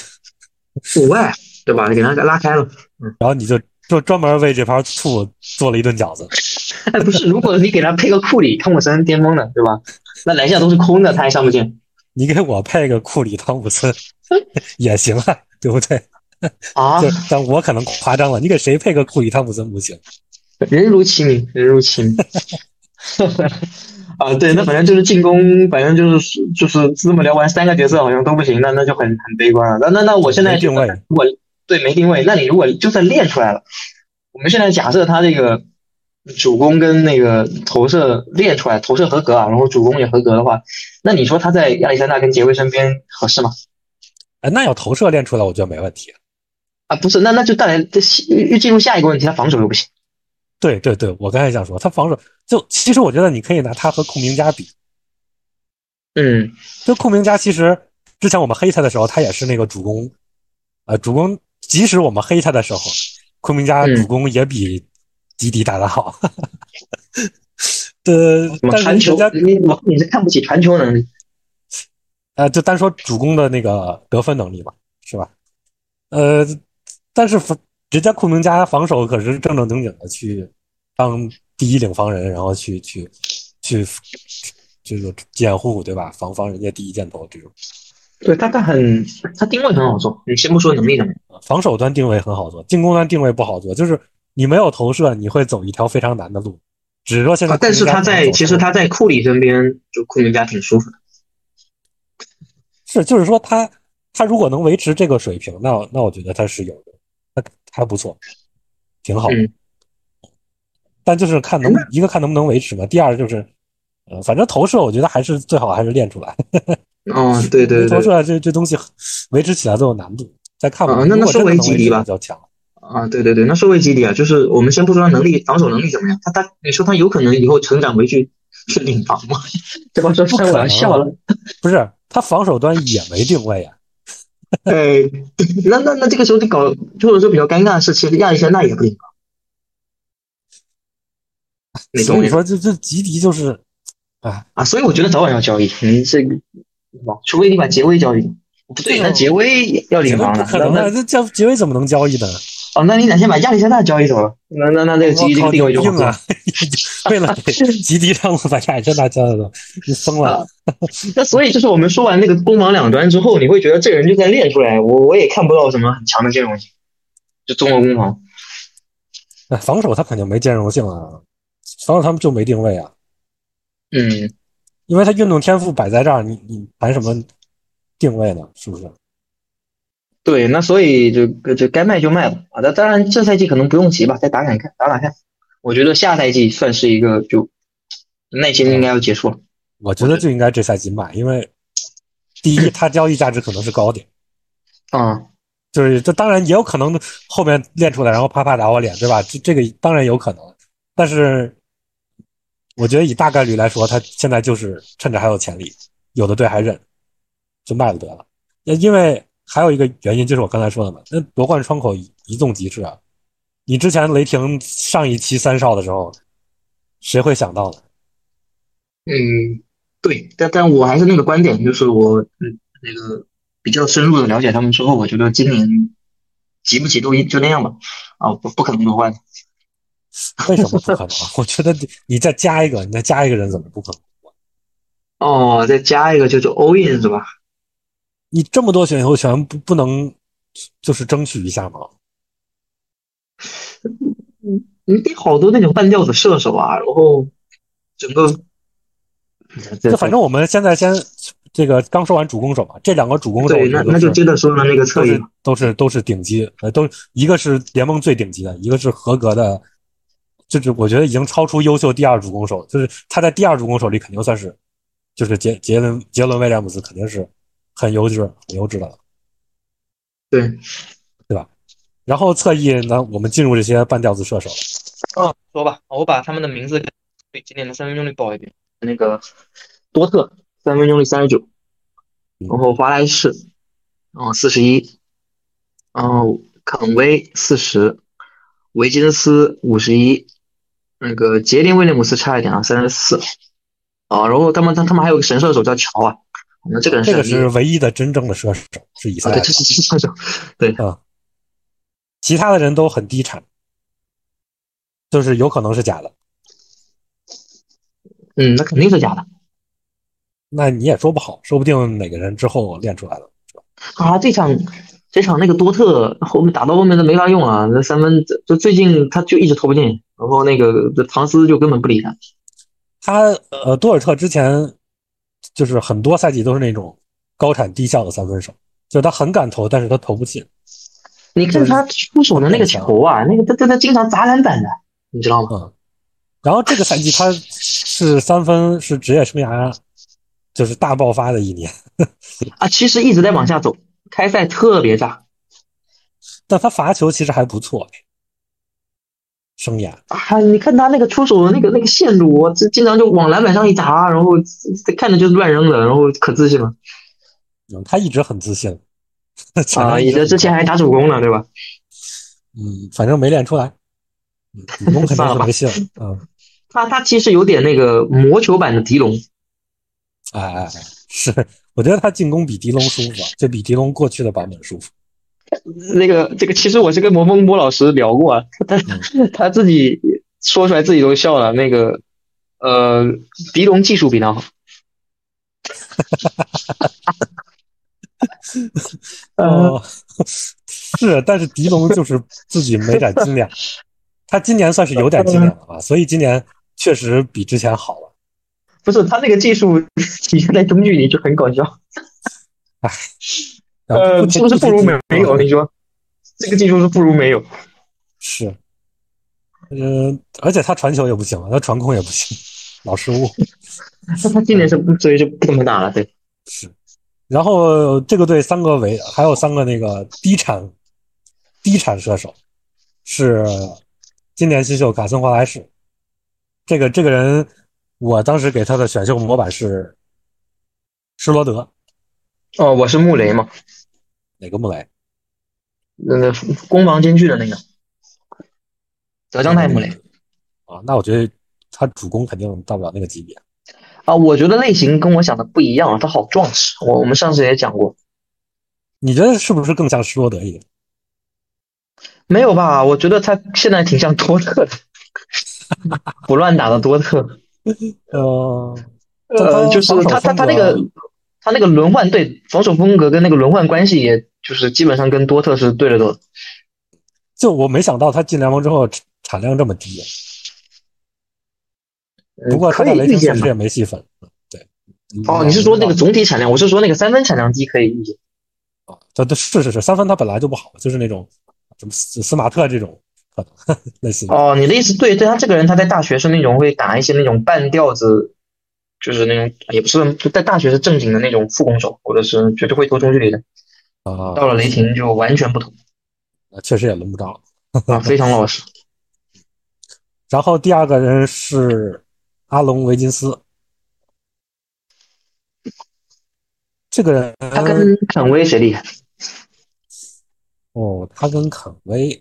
五外对吧？给他拉开了，
嗯、然后你就就专门为这盘醋做了一顿饺子。
哎不是，如果你给他配个库里、汤普森巅峰的，对吧？那篮下都是空的，他还上不进。
你给我配个库里、汤普森 也行啊，对不对？
啊
但我可能夸张了。你给谁配个库里、汤普森不行？
人如其名，人如其 名。啊，对，那反正就是进攻，反正就是就是这么聊完三个角色好像都不行，那那就很很悲观了。那那那我现在
定位，
如果对没定位，那你如果就算练出来了，我们现在假设他这个主攻跟那个投射练出来，投射合格啊，然后主攻也合格的话。那你说他在亚历山大跟杰威身边合适吗？
哎，那要投射练出来，我觉得没问题。
啊，不是，那那就带来这又进入下一个问题，他防守又不行。
对对对，我刚才想说，他防守就其实我觉得你可以拿他和库明加比。
嗯，
就库明加其实之前我们黑他的时候，他也是那个主攻，呃，主攻即使我们黑他的时候，库明加
嗯
主攻也比迪迪打得好。 嗯呃，但
传球，你我你是看不起传球能力，
呃，就单说主攻的那个得分能力嘛，是吧？呃，但是人家库明加防守可是正正经经的去当第一领防人，然后去去去就是掩护，对吧？防防人家第一箭头这种。
对，他他很他定位很好做，你先不说能力上面，
啊防守端定位很好做，进攻端定位不好做，就是你没有投射，你会走一条非常难的路。只是说现在、啊，
但是他在其实他在库里身边，就库明加挺舒服的。
是，就是说他他如果能维持这个水平，那那我觉得他是有的，他还不错，挺好。
嗯、哎
但就是看能一个看能不能维持嘛，第二就是，呃，反正投射我觉得还是最好还是练出来。
哦，对对对,对，
投射这这东西维持起来都有难度，再看吧。
啊，那那说回吉迪吧，
比较强。
啊，对对对，那说回基底啊，就是我们先不说他能力、防守能力怎么样，他他，你说他有可能以后成长回去去领防吗？ 对吧？说出来我要笑了。
不是，他防守端也没定位啊。
哎，那那那这个时候就搞，或者说比较尴尬的是，其实亚历山大也不领
防。所以说这这吉迪就是啊
啊，所以我觉得早晚要交易，你、嗯、这个，哦除非你把杰威交易，不对，啊那杰威要领防了，
可能
那
那叫杰威怎么能交易呢？
哦，那你得先把亚历山大交易走了，那那那这个吉迪定位就啊
硬了。为 了吉迪让我把亚历山大交易走，你疯了
啊。 那所以就是我们说完那个攻防两端之后，你会觉得这个人就在练出来，我我也看不到什么很强的兼容性，就中国攻防。
那哎防守他肯定没兼容性啊，防守他们就没定位啊。
嗯，
因为他运动天赋摆在这儿，你你谈什么定位呢？是不是？
对，那所以就就该卖就卖吧啊！那当然，这赛季可能不用急吧，再打打看，打打看。我觉得下赛季算是一个就耐心应该要结束了。
我觉得就应该这赛季卖，因为第一，他交易价值可能是高点。
啊、嗯，
就是这当然也有可能后面练出来，然后啪啪打我脸，对吧？这这个当然有可能，但是我觉得以大概率来说，他现在就是趁着还有潜力，有的队还认，就卖了得了，因为。还有一个原因就是我刚才说的嘛，那夺冠窗口一纵即逝啊！你之前雷霆上一期三少的时候，谁会想到呢？
嗯，对，但但我还是那个观点，就是我嗯那个比较深入的了解他们之后，我觉得今年急不急都就那样吧，啊，不不可能夺冠。
为什么不可能？ 我觉得你再加一个，你再加一个人怎么不可能？
哦，再加一个就是欧印是吧？
你这么多选秀权不不能就是争取一下吗？
你你嗯得好多那种半吊子射手啊，然后整个
就反正我们现在先这个刚说完主攻手嘛，这两个主攻手、
就是、对，那那就接着说了那个侧翼
都是都是顶级，呃，都一个是联盟最顶级的，一个是合格的就是我觉得已经超出优秀第二主攻手，就是他在第二主攻手里肯定算是，就是杰杰伦杰伦威廉姆斯肯定是很优质很优质的了，
对，
对吧？然后侧翼呢，我们进入这些半吊子射手了，
嗯，说吧，我把他们的名字比今年的三分钟率报一遍。
那个多特三分钟率三十九，然后华莱士，嗯四十一，然后肯威四十，维金斯五十一，那个杰林威廉姆斯差一点啊，三十四，啊，然后他们他他们还有个神射手叫乔啊，我们这个人
这个
是
是唯一的真正的射手，是以
啊
赛
对，
亚
这是神射手，对，
啊，其他的人都很低产，就是有可能是假的，
嗯，那肯定是假的
那你也说不好，说不定哪个人之后练出来了，是吧？
啊，这场。这场那个多特后面打到后面都没啥用啊，那三分就最近他就一直投不进，然后那个唐斯就根本不理他。
他呃，多尔特之前就是很多赛季都是那种高产低效的三分手，就是他很敢投，但是他投不进。
你看他出手的那个球啊，那个他他他经常砸篮板的，你知道吗？
嗯，然后这个赛季他是三分是职业生涯就是大爆发的一年，
啊，其实一直在往下走，开赛特别炸
但他罚球其实还不错，哎生涯
啊！你看他那个出手的那个那个线路，我这经常就往篮板上一砸，然后看着就乱扔的，然后可自信了
嗯，他一直很自信
啊！
一
也
直
之前还打主攻呢，对吧？
嗯，反正没练出来，嗯，主攻 肯定是没戏了，嗯，
他他其实有点那个魔球版的狄龙，
哎哎哎，是，我觉得他进攻比狄龙舒服啊，就比狄龙过去的版本舒服。
那个这个其实我是跟魔风波老师聊过啊，他他 他自己说出来自己都笑了。那个呃，狄龙技术比他好。 呃
哦， 是，但是狄龙就是自己没点斤两，他今年算是有点斤两
呃
了吧，所以今年确实比之前好了。
不是他那个技术体现在中距离就很搞笑，
然后
呃，是不是不如没没有？你说这个技术是不如没有，
是，呃，而且他传球也不行，啊他传控也不行，老失误。
那他今年是不所以就不怎么打了，对，
是，然后这个队三个围，还有三个那个低产低产射手，是今年新秀卡森华莱士。这个这个人，我当时给他的选秀模板是施罗德，
哦，我是穆雷嘛，
哪个穆雷？
那个攻防兼具的那个德章泰穆雷
啊，那我觉得他主攻肯定到不了那个级别。
啊，我觉得类型跟我想的不一样，啊他好壮实，我我们上次也讲过，
你觉得是不是更像施罗德一点？
没有吧？我觉得他现在挺像多特的， 不乱打的多 特。
呃，但
呃，
他
就是
防守
他他
风
他
格啊
那个他那个轮换对防守风格跟那个轮换关系，也就是基本上跟多特是对着的。
就我没想到他进联盟之后产产量这么低，啊
嗯
不过他
可
在
以
雷
预
霆确
见
实
嘛
也没戏份。对，嗯
哦，你是说那个总体产量？我是说那个三分产量低可以预见。
啊，对对是是是，三分他本来就不好，就是那种什么斯斯马特这种可能 类似的。
哦，你的意思对，对他这个人，他在大学是那种会打一些那种半吊子，就是那种也不是就在大学是正经的那种副攻手，或者是绝对会投中距离的。
啊，
到了雷霆就完全不同哦
确实也轮不着。
啊，非常老实。
然后第二个人是阿隆维金斯，这个人
他跟肯威谁厉害？
哦，他跟肯威，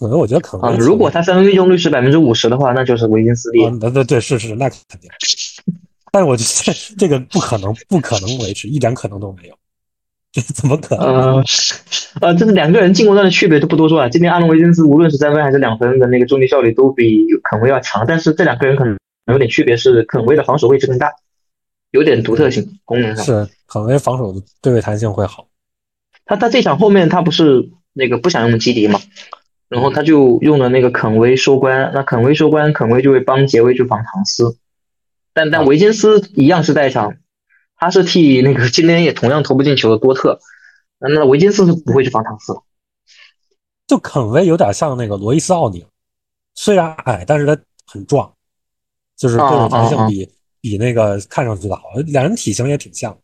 可能我觉得肯威
啊，
其实、
如果他三分命中率是百分之五十的话，那就是维金斯利
啊，。对对对，是是，那肯定。 但是我觉得这这个不可能，不可能维持，一点可能都没有，这怎么可能？
呃，呃，这是两个人进攻端的区别，就不多说了。啊今天阿隆维金斯无论是三分还是两分的那个中距效率都比肯威要强，但是这两个人可能有点区别，是肯威的防守位置更大，有点独特性功能上。
是肯威防守的对位弹性会好。
他他这场后面他不是那个不想用基迪嘛，然后他就用了那个肯威收官，那肯威收官，肯威就会帮杰威去防唐斯，但但维金斯一样是在场，他是替那个今天也同样投不进球的多特，那那维金斯是不会去防唐斯的。
就肯威有点像那个罗伊斯奥尼尔，虽然矮，但是它很壮，就是各种弹性比比那个看上去的好。两人体型也挺像，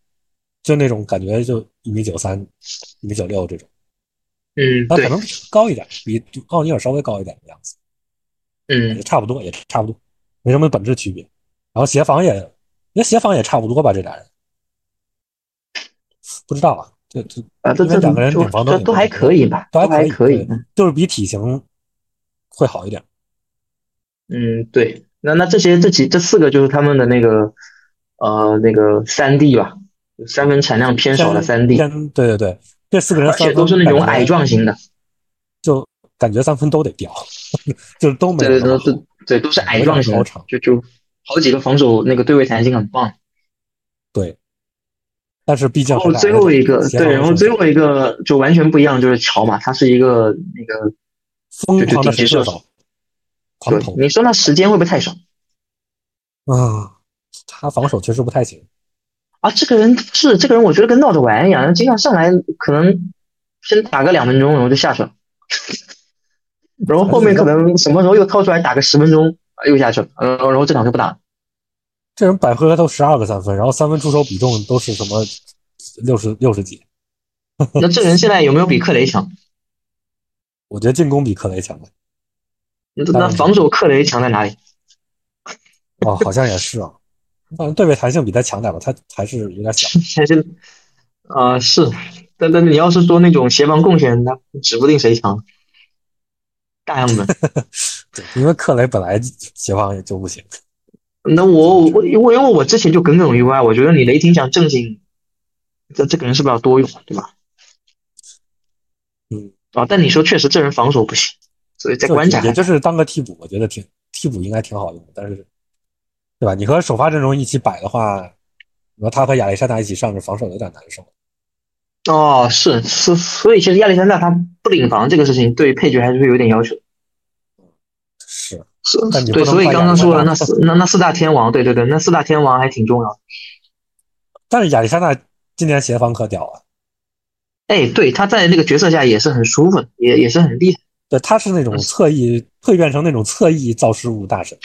就那种感觉就一米九三、一米九六这种，
嗯，
他可
对，
能高一点，比奥尼尔稍微高一点的样子，也
嗯，
差不多，也差不多，没什么本质区别。然后协防也，因为协防也差不多吧，这俩人不知道啊，这这
啊，这
因为
这
两个人
这
顶防都
这
挺
都还
高
可以吧，
都还
还
可
可
以嗯
以，
对就是比体型会好一点。
嗯，对，那那这些这几这四个就是他们的那个呃那个三 D 吧，三分产量偏少的三 D，
偏对对对，这四个人
而
三
且
分
都是那种
感觉
矮壮型的，
就感觉三分都得掉， 就是都没
对
有
对
那么
对
好
对对，都是矮壮型
高
的
长，
就就好几个防守那个对位弹性很棒。
对。但是毕竟
然
还
后
是
最后一个
协防
对，然后
选
最
手
后一个就完全不一样，就是乔嘛，他是一个那个
疯狂的
就就顶级
射手
射手，
狂
对
投，
你说那时间会不会太少
啊，他防守确实不太行，
啊？这个人是这个人，我觉得跟闹着玩一样，经常上来可能先打个两分钟，然后就下去了。然后后面可能什么时候又掏出来打个十分钟，啊又下去了，嗯，然后这场就不打了。
这人百回合都十二个三分，然后三分出手比重都是什么六十六十几，
那这人现在有没有比克雷强？
我觉得进攻比克雷强了。
那
当
那
然
防守克雷强在哪里？
哦，好像也是啊，反正对位弹性比他强点吧，他还是有点小。
还是啊、呃是，但但你要是说那种协防贡献，那指不定谁强。大样本，
对，因为克雷本来协防也就不行，
那我我因为因为我之前就耿耿于怀，我觉得你雷霆想正经，这这个人是不是要多用，对吧？
嗯，
啊，但你说确实这人防守不行，所以再
就
观察
也
看看。
就是当个替补，我觉得挺替补应该挺好用的，但是对吧？你和首发阵容一起摆的话，你说他和亚历山大一起上，这防守有点难受。
哦，是是，所以其实亚历山大他不领防这个事情，对配角还是会有点要求。
是，
是
但你不
对，
能
所以
怪亚
刚刚
历山
说了
大
那四那那四大天王，对对对，那四大天王还挺重要的。
但是亚历山大今年协防可屌啊，
哎，对，他在那个角色下也是很舒服的，也也是很厉害。
对，他是
嗯
那种侧翼蜕变成那种侧翼造失误大神，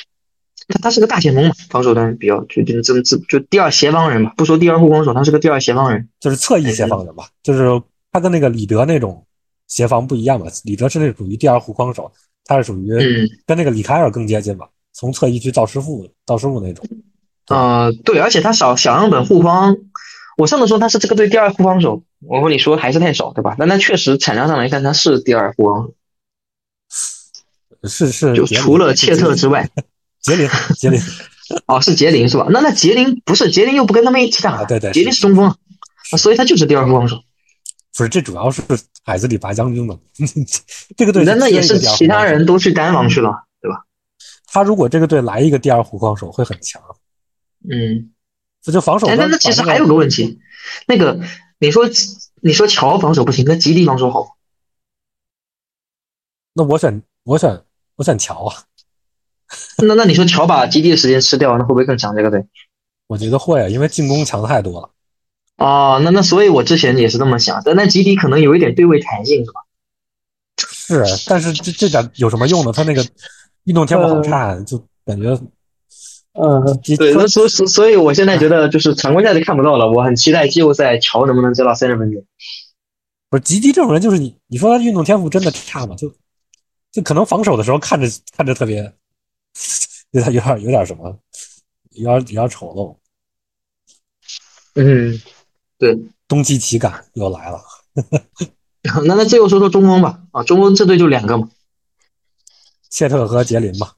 他他是个大前锋嘛，防守端比较就就就就就第二协防人嘛，不说第二护攻手，他是个第二协防人。
就是侧翼协防人吧，就是他跟那个里德那种协防不一样嘛，里德是那属于第二护框手，他是属于
嗯
跟那个里凯尔更接近吧，从侧翼去造失误造失误那种。
呃，对，而且他小小样本护框，我上次说他是这个队第二护框手，我和你说还是太少，对吧？但他确实产量上来看，他是第二护框手，
是是，
就
呃杰里
除了切特之外，
杰林，杰林，
哦，是杰林是吧？那那杰林不是杰林又不跟他们一起打，
啊对对
杰林是中锋啊，啊所以他就是第二护防手。
不是，这主要是海子里拔将军嘛。 这个队
那那
缺
也
一
是
个第二
其他
护框手
人，都去单防去了，对吧？
他如果这个队来一个第二护框手会很强，
嗯，
这就防守
哎，
端。
那那其实还有个问题，那个你说你说乔防守不行，那吉利防守好，
那我选我选我选乔啊，
那那你说乔把吉利的时间吃掉，那会不会更强这个队？
我觉得会啊，因为进攻强太多了。
哦，那那所以我之前也是这么想，但那吉迪可能有一点对位弹性，是吧？
是，但是这这点有什么用呢？他那个运动天赋好差，就感觉
嗯，
你
对，
说
那所所所以，我现在觉得就是常规赛是看不到了，我很期待季后赛乔能不能接到三十分钟。
不是吉迪这种人，就是你你说他运动天赋真的差吗？就就可能防守的时候看着看着特别有点有点有点什么，有点有点丑陋。
嗯，
东契奇感又来了，
那那最后说说中锋吧，啊，中锋这队就两个嘛，
切特和杰林嘛，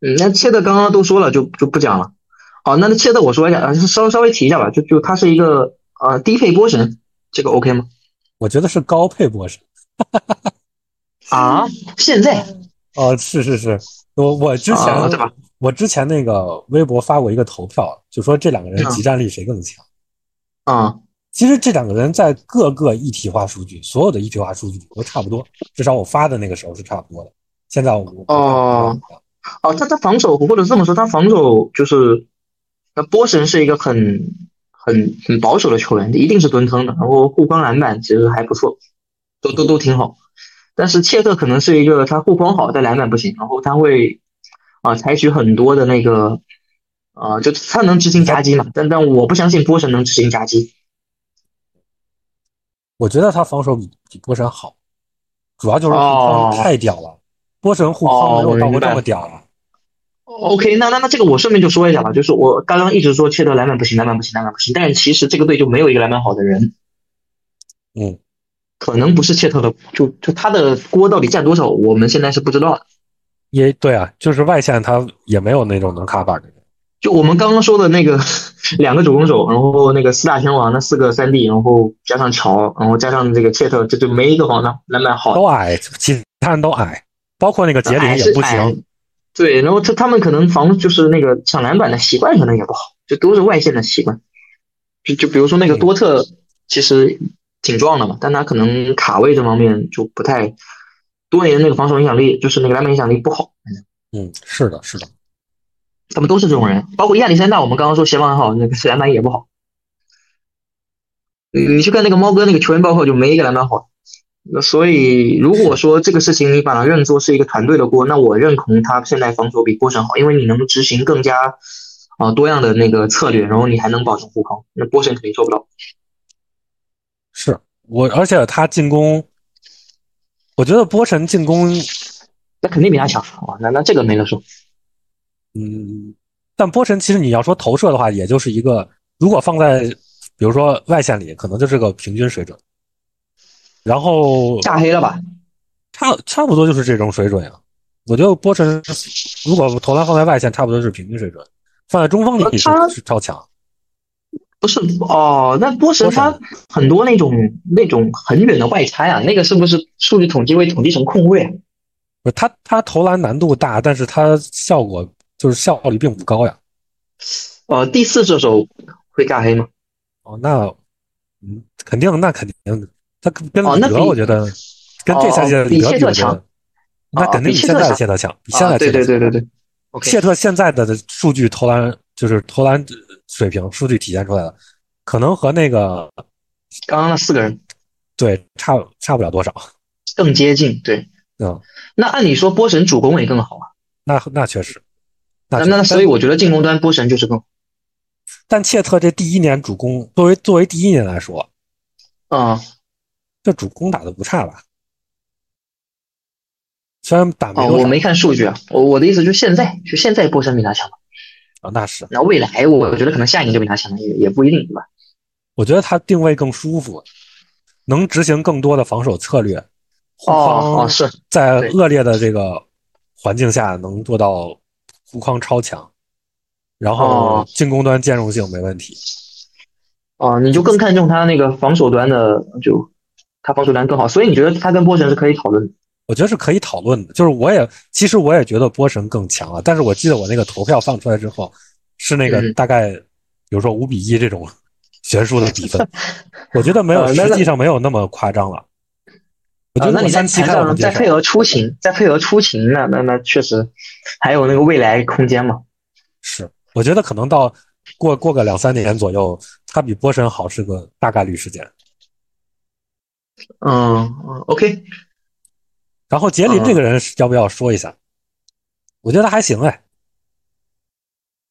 嗯，那切特刚刚都说了，就就不讲了。好，那那切特我说一下，啊，稍稍微提一下吧，就就他是一个呃低配波神，这个 OK 吗？
我觉得是高配博士。
啊，现在
哦，是是是，我我之前、
啊对吧？
我之前那个微博发过一个投票，就说这两个人
嗯
集战力谁更强。
啊，
其实这两个人在各个一体化数据，所有的一体化数据都差不多，至少我发的那个时候是差不多的。现在我
哦，哦，他他防守或者这么说，他防守就是，那波神是一个很很很保守的球员，一定是蹲坑的，然后护框篮板其实还不错，都都都挺好。但是切特可能是一个他护框好，但篮板不行，然后他会啊、采取很多的那个啊、就他能执行夹击嘛，但但我不相信波神能执行夹击。
我觉得他防守比比波神好，主要就是护框
哦
太屌了。波神护框没
哦我
有到
明
过这
白
么屌啊了。
OK，那那那这个我顺便就说一下吧，就是我刚刚一直说切特篮板不行，篮板不行，篮板不行，但是其实这个队就没有一个篮板好的人，
嗯，
可能不是切特的，就就他的锅到底占多少，我们现在是不知道的。
也对啊，就是外线他也没有那种能卡板的人。
就我们刚刚说的那个 两个主攻手，然后那个四大天王那四个三 D，然后加上乔，然后加上这个切特，这就没一个防篮篮板好的
都矮，其他人都矮，包括那个杰
哦矮
林也
是
不
矮
行。
对，然后他他们可能防就是那个抢篮板的习惯可能也不好，就都是外线的习惯。就就比如说那个多特，其实挺壮的嘛，但他可能卡位这方面就不太，多年的那个防守影响力就是那个篮板影响力不好。
嗯，是的，是的，
他们都是这种人，包括亚历山大，我们刚刚说协防很好，那个篮板也不好。你你去看那个猫哥那个球员报告，就没一个篮板好。那所以，如果说这个事情你把它认作是一个团队的锅，那我认同他现在防守比波神好，因为你能执行更加啊、呃多样的那个策略，然后你还能保证护框，那波神肯定做不到。
是我，而且他进攻，我觉得波神进攻，
那肯定比他强啊，那那这个没得说。
嗯，但波神其实你要说投射的话，也就是一个，如果放在比如说外线里，可能就是个平均水准，然后
炸黑了吧？
差差不多就是这种水准呀、我觉得波神如果投篮放在外线，差不多是平均水准，放在中锋里是
他
是超强。
不是哦，那波神
波神
他很多那种那种很远的外插呀、那个是不是数据统计会统计成空位啊？
不是他，他投篮难度大，但是他效果就是效率并不高呀。
呃，第四射手会尬黑吗？
哦，那嗯，肯定，那肯定，他跟跟
哦
李
那
德，
比
我觉得跟这赛季的
哦比
李德比，
切特
我觉得
强哦
那肯定
比
比
切
现
特
在的
强
切特强，比现
啊，
在
对
切
对
特强
对对对，OK，
切特现在的数据投篮就是投篮水平，数据体现出来的，可能和那个
刚刚那四个人
对差差不了多少。
更接近，对。
嗯，
那按理说波神主攻也更好啊，
那那确实，那
那
确
那
实
所以我觉得进攻端波神就是更好。
但切特这第一年主攻，作为作为第一年来说，
啊、
这主攻打的不差吧？虽然打没
哦，
多少，
我没看数据啊，我我的意思就是现在，就现在波神比他强吧，
啊，那是，
那未来我我觉得可能下一年就比他强了，也也不一定，对吧？
我觉得他定位更舒服，能执行更多的防守策略，护
哦
框
哦是，
在
对
恶劣的这个环境下能做到护框超强，然后
哦
进攻端兼容性没问题。
哦，你就更看重他那个防守端的，就他防守端更好，所以你觉得他跟波神是可以讨论的？
我觉得是可以讨论的，就是我也其实我也觉得波神更强啊，但是我记得我那个投票放出来之后，是那个
嗯
大概，比如说五比一这种 悬殊的比分，我觉得没有，
呃那
实际上没有那么夸张了。我觉
啊，
得
那
我
你在
三七
台
开我能
上
接
再
受
配，合出勤，再配合出勤，那那那确实还有那个未来空间嘛。
是，我觉得可能到过过个两三年左右，他比波神好是个大概率事件。
嗯嗯，OK，
然后杰林
嗯
这个人是要不要说一下？我觉得还行哎，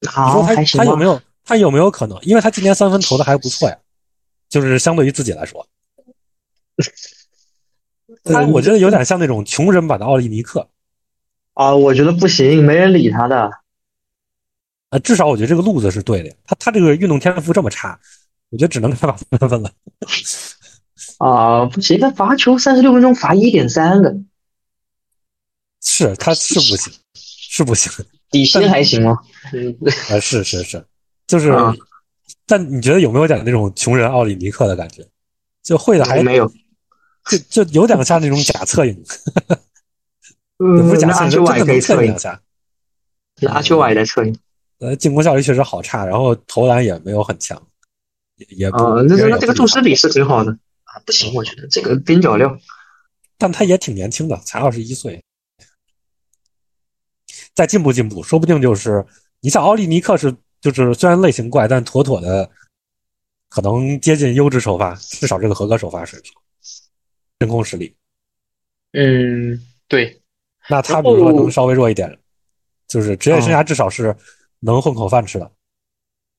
你
好，
说他
啊还行
他有
吧
没有他有没有可能？因为他今年三分投的还不错呀，就是相对于自己来说，他
嗯
我觉得有点像那种穷人版的奥利尼克
啊，我觉得不行，没人理他的。
啊、呃至少我觉得这个路子是对的。他他这个运动天赋这么差，我觉得只能开发三 分了。
啊，不行，他罚球三十六分钟罚一点三个，
是，他是不行，是不行，
底薪还行吗？嗯，
啊，是是是，就是。
嗯
但你觉得有没有点那种穷人奥利尼克的感觉？就会的还
没有，
就就有点像那种假侧影，也不
嗯
是，假
那
侧
阿
影，
丘
就
瓦
真的
也可
能
以
侧
测
影
一
两
下，
下。
那阿丘瓦也在测一下。
呃，进攻效率确实好差，然后投篮也没有很强，也也不
啊，那
别人
那
也不
这个
理
注
他
失比是挺好的啊，不行，我觉得这个边角料。
但他也挺年轻的，才二十一岁，再进步进步，说不定就是你像奥利尼克是就是虽然类型怪，但妥妥的可能接近优质首发，至少是个合格首发水平，真空实力。
嗯，对，
那他
然
比如说
后
能稍微弱一点，就是职业生
啊
涯至少是能混口饭吃的。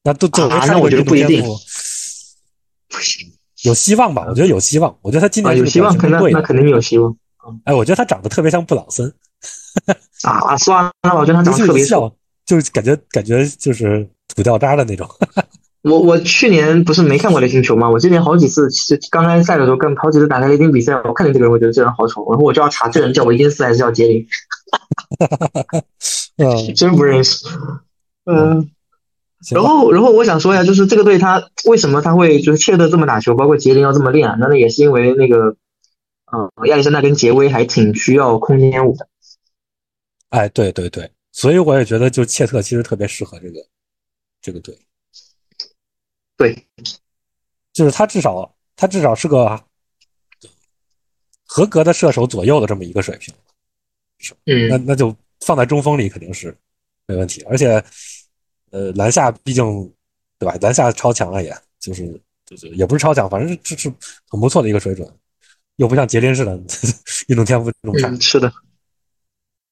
那都作为
啊
他
那
有
我觉得
运动
不一
天
定
赋，有希望吧？我觉得有希望。我觉得他今
啊，
年
有
是
希望，
表
可
现
能
不对
那
的。
肯定有希望
哎，我觉得他长得特别像布朗森，
啊！算了，我觉得他
尤
长
其
得特
是
别丑。
笑，就是感觉感觉就是土掉渣的那种。
我我去年不是没看过雷霆球吗？我今年好几次，其实刚开赛的时候跟好几次打开雷霆比赛，我看见这个人，我觉得这人好丑，然后我就要查这人叫维金斯还是叫杰林，
嗯，
真不认识。嗯，
行
然
吧，
后，然后我想说一下，就是这个队他为什么他会就是切特这么打球，包括杰林要这么练啊，那也是因为那个，嗯，亚历山大跟杰威还挺需要空间舞的。
哎，对对对，所以我也觉得就切特其实特别适合这个这个队，
对，
就是他至少他至少是个合格的射手左右的这么一个水平。那
嗯，
那就放在中锋里肯定是没问题，而且呃篮下毕竟对吧？篮下超强了也，就是就是也不是超强，反正是是是很不错的一个水准，又不像杰林似的 运动天赋这么差。
嗯，是的。